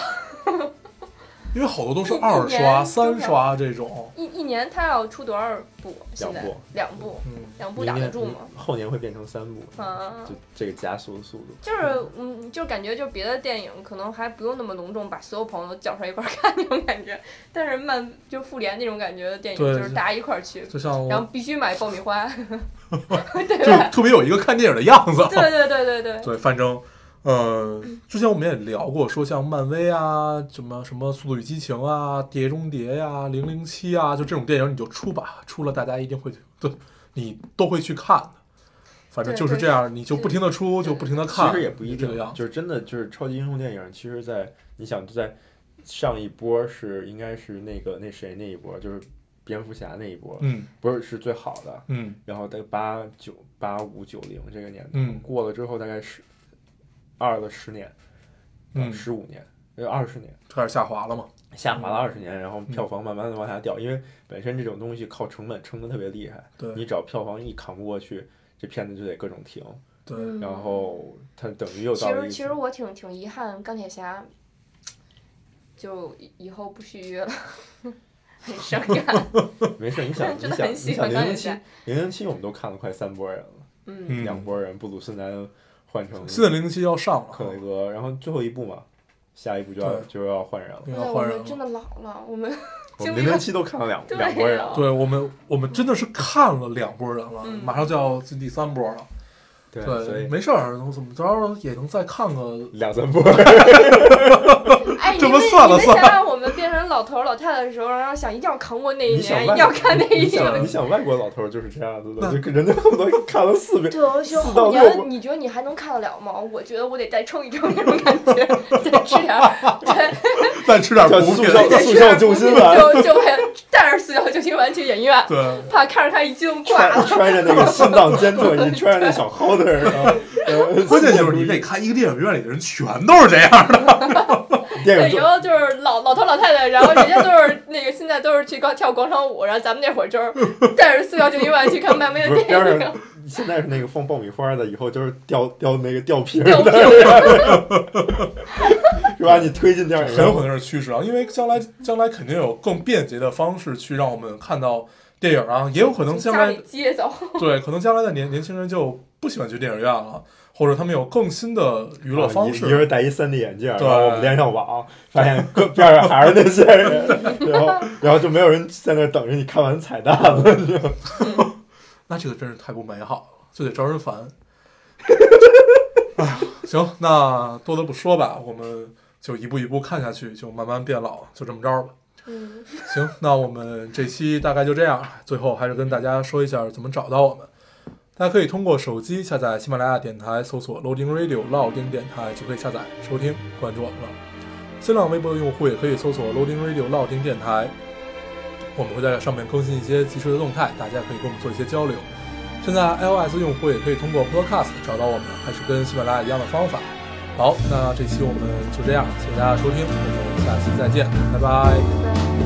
Speaker 1: 因为好多都是
Speaker 2: 一
Speaker 1: 二
Speaker 2: 年
Speaker 1: 刷、
Speaker 2: 多
Speaker 1: 三
Speaker 2: 少
Speaker 1: 刷这种，
Speaker 2: 一一年他要出多少部？现在
Speaker 3: 两部
Speaker 2: 两部，
Speaker 1: 嗯，
Speaker 2: 两部
Speaker 3: 明
Speaker 2: 挡得
Speaker 3: 年
Speaker 2: 住吗？
Speaker 3: 后年会变成三部，
Speaker 2: 啊
Speaker 3: 就，这个加速的速度。
Speaker 2: 就是嗯，就感觉就别的电影可能还不用那么隆重，把所有朋友都叫出来一块儿看那种感觉，但是漫就复联那种感觉的电影，
Speaker 1: 对
Speaker 2: 就是大家一块儿去，
Speaker 1: 就像
Speaker 2: 然
Speaker 1: 我
Speaker 2: 后必须买爆米
Speaker 1: [laughs]
Speaker 2: 花，对 [laughs]
Speaker 1: 就
Speaker 2: 吧？
Speaker 1: 特别有一个看电影的样子，啊
Speaker 2: 对对对对对，
Speaker 1: [laughs] 对，反正，呃，之前我们也聊过，说像漫威啊，什么什么《速度与激情》啊，《碟中谍》呀，《零零七》啊，就这种电影你就出吧，出了大家一定会，对，你都会去看的。反正
Speaker 2: 对
Speaker 1: 就是
Speaker 2: 对
Speaker 1: 这样，你就不停的出，
Speaker 2: 对
Speaker 1: 就不停的
Speaker 3: 其
Speaker 1: 看，
Speaker 3: 实也不一
Speaker 1: 这个
Speaker 3: 定
Speaker 1: 样，子。
Speaker 3: 就是真的就是超级英雄电影，其实在，你想在上一波是应该是那个那谁那一波，就是蝙蝠侠那一波，
Speaker 1: 嗯
Speaker 3: 不是是最好的，
Speaker 1: 嗯
Speaker 3: 然后在八九八五九零这个年头、
Speaker 1: 嗯
Speaker 3: 过了之后，大概十二了十年，
Speaker 1: 嗯，
Speaker 3: 十五年，呃二十年，
Speaker 1: 开始下滑了嘛。
Speaker 3: 下滑了二十年，然后
Speaker 1: 嗯
Speaker 3: 票房慢慢的往下掉，因为本身这种东西靠成本撑的特别厉害，
Speaker 1: 对
Speaker 3: 你只要票房一扛不过去，这片子就得各种停，
Speaker 1: 对，
Speaker 2: 嗯
Speaker 3: 然后它等于又
Speaker 2: 其
Speaker 3: 到了
Speaker 2: 实
Speaker 3: 一
Speaker 2: 其实我挺挺遗憾，钢铁侠就以以后不续约了， [laughs] 很伤
Speaker 1: [laughs]
Speaker 2: 感。
Speaker 3: 没事，你想
Speaker 2: [laughs] 真的
Speaker 3: 你想
Speaker 2: 很
Speaker 3: 你
Speaker 2: 喜
Speaker 3: 想
Speaker 2: 欢
Speaker 3: 零
Speaker 2: 钢
Speaker 3: 零
Speaker 2: 铁
Speaker 3: 七
Speaker 2: 侠
Speaker 3: 零零七我们都看了快三波人了，
Speaker 2: 嗯，
Speaker 1: 嗯，
Speaker 3: 两波人，布鲁斯南换成
Speaker 1: 新的零零七要上
Speaker 3: 克雷
Speaker 1: 了，
Speaker 3: 格，然后最后一部嘛，下一部就要
Speaker 1: 对
Speaker 3: 就要换人了。
Speaker 1: 又
Speaker 2: 现
Speaker 1: 要
Speaker 2: 在我
Speaker 1: 换人
Speaker 2: 们
Speaker 1: 了
Speaker 2: 真。的老了，我们 [laughs]
Speaker 3: 我
Speaker 2: 经
Speaker 3: 们
Speaker 2: 历
Speaker 3: 零
Speaker 2: 了
Speaker 3: 零七都看了两
Speaker 2: 对
Speaker 3: 两波人
Speaker 2: 啊
Speaker 3: 了，
Speaker 1: 对我们，我们真的是看了两波人了，
Speaker 2: 嗯
Speaker 1: 马上就要进第三波了。
Speaker 3: 对所
Speaker 1: 对，
Speaker 3: 以
Speaker 1: 没事儿，怎么着也能再看
Speaker 3: [laughs]
Speaker 1: 个
Speaker 3: 两三波。
Speaker 2: 哎，
Speaker 1: 这
Speaker 2: 你
Speaker 1: 么
Speaker 2: 们
Speaker 1: 算了
Speaker 2: 你
Speaker 1: 算
Speaker 2: 们
Speaker 1: 了
Speaker 2: 想让我们变成老头儿老太太的时候，然后想一定要扛过那一
Speaker 3: [laughs] 你想
Speaker 2: 年，一
Speaker 3: 外
Speaker 2: 定要看那一
Speaker 3: 你想你
Speaker 2: 年。
Speaker 3: 想外国老头儿就是这样子
Speaker 1: 那
Speaker 3: 的，就人家恨不得看了四
Speaker 2: [laughs]
Speaker 3: 遍。
Speaker 2: 对，我就
Speaker 3: 四
Speaker 2: 后
Speaker 3: 到六
Speaker 2: 年
Speaker 3: 部，
Speaker 2: 你觉得你还能看得了吗？我觉得我得再撑一撑那种感觉， [laughs] 再吃点
Speaker 3: [laughs]
Speaker 2: 儿，对，
Speaker 1: 再吃点
Speaker 3: 叫
Speaker 1: 补
Speaker 3: 速
Speaker 1: 品。
Speaker 3: 效
Speaker 2: 再
Speaker 3: 速
Speaker 2: 吃点
Speaker 3: 效
Speaker 2: 儿
Speaker 3: 救心丸，
Speaker 2: 就就会带着四角救心丸去影院，
Speaker 1: 对，
Speaker 2: 怕看着看着一激动挂了
Speaker 3: 穿。穿着那个心脏监测仪，穿着那小 holder，然
Speaker 2: [laughs]
Speaker 3: 后呃
Speaker 1: 关键就是你得看一个电影院里的人全都是这样的。
Speaker 3: 电
Speaker 2: 对，
Speaker 3: 影
Speaker 2: 以
Speaker 3: 中
Speaker 2: 后就是老老头老太太，然后人家都是那个现在都是去广跳广场舞，然后咱们那会儿就是带着塑料就一万去看漫威
Speaker 3: 不
Speaker 2: [laughs]
Speaker 3: 是
Speaker 2: 的
Speaker 3: 边
Speaker 2: 电
Speaker 3: 上
Speaker 2: 影，
Speaker 3: 现在是那个放爆米花的，以后就是吊吊那个吊瓶儿
Speaker 2: 吊
Speaker 3: 的，
Speaker 2: 瓶。
Speaker 3: [laughs] 是吧？你推进电影
Speaker 1: 很
Speaker 3: 院
Speaker 1: 有可能是趋势啊，因为将来将来肯定有更便捷的方式去让我们看到电影啊，也有可能将
Speaker 2: 从家
Speaker 1: 来
Speaker 2: 里接走， [laughs]
Speaker 1: 对，可能将来的年年轻人就不喜欢去电影院了，或者他们有更新的娱乐方
Speaker 3: 啊一一人
Speaker 1: 式。
Speaker 3: 戴一3 D 眼镜，然
Speaker 1: 对
Speaker 3: 后我们连上网，发现各边上还是那些人，然后然后就没有人在那儿等着你看完彩蛋了，你知道吗
Speaker 1: 那这个真是太不美好了，就得招人烦。哎，行，那多的不说吧，我们就一步一步看下去，就慢慢变老，就这么着吧。
Speaker 2: 嗯，
Speaker 1: 行，那我们这期大概就这样。啊最后还是跟大家说一下怎么找到我们。大家可以通过手机下载喜马拉雅电台，搜索 Loading Radio 老丁电台就可以下载收听，关注我们了。新浪微博的用户也可以搜索 Loading Radio 老丁电台。我们会在上面更新一些及时的动态，大家可以跟我们做一些交流。现在 iOS 用户也可以通过 Podcast 找到我们，还是跟喜马拉雅一样的方法。好，那这期我们就这样，谢谢大家收听，我们下期再见，拜拜。
Speaker 2: 对。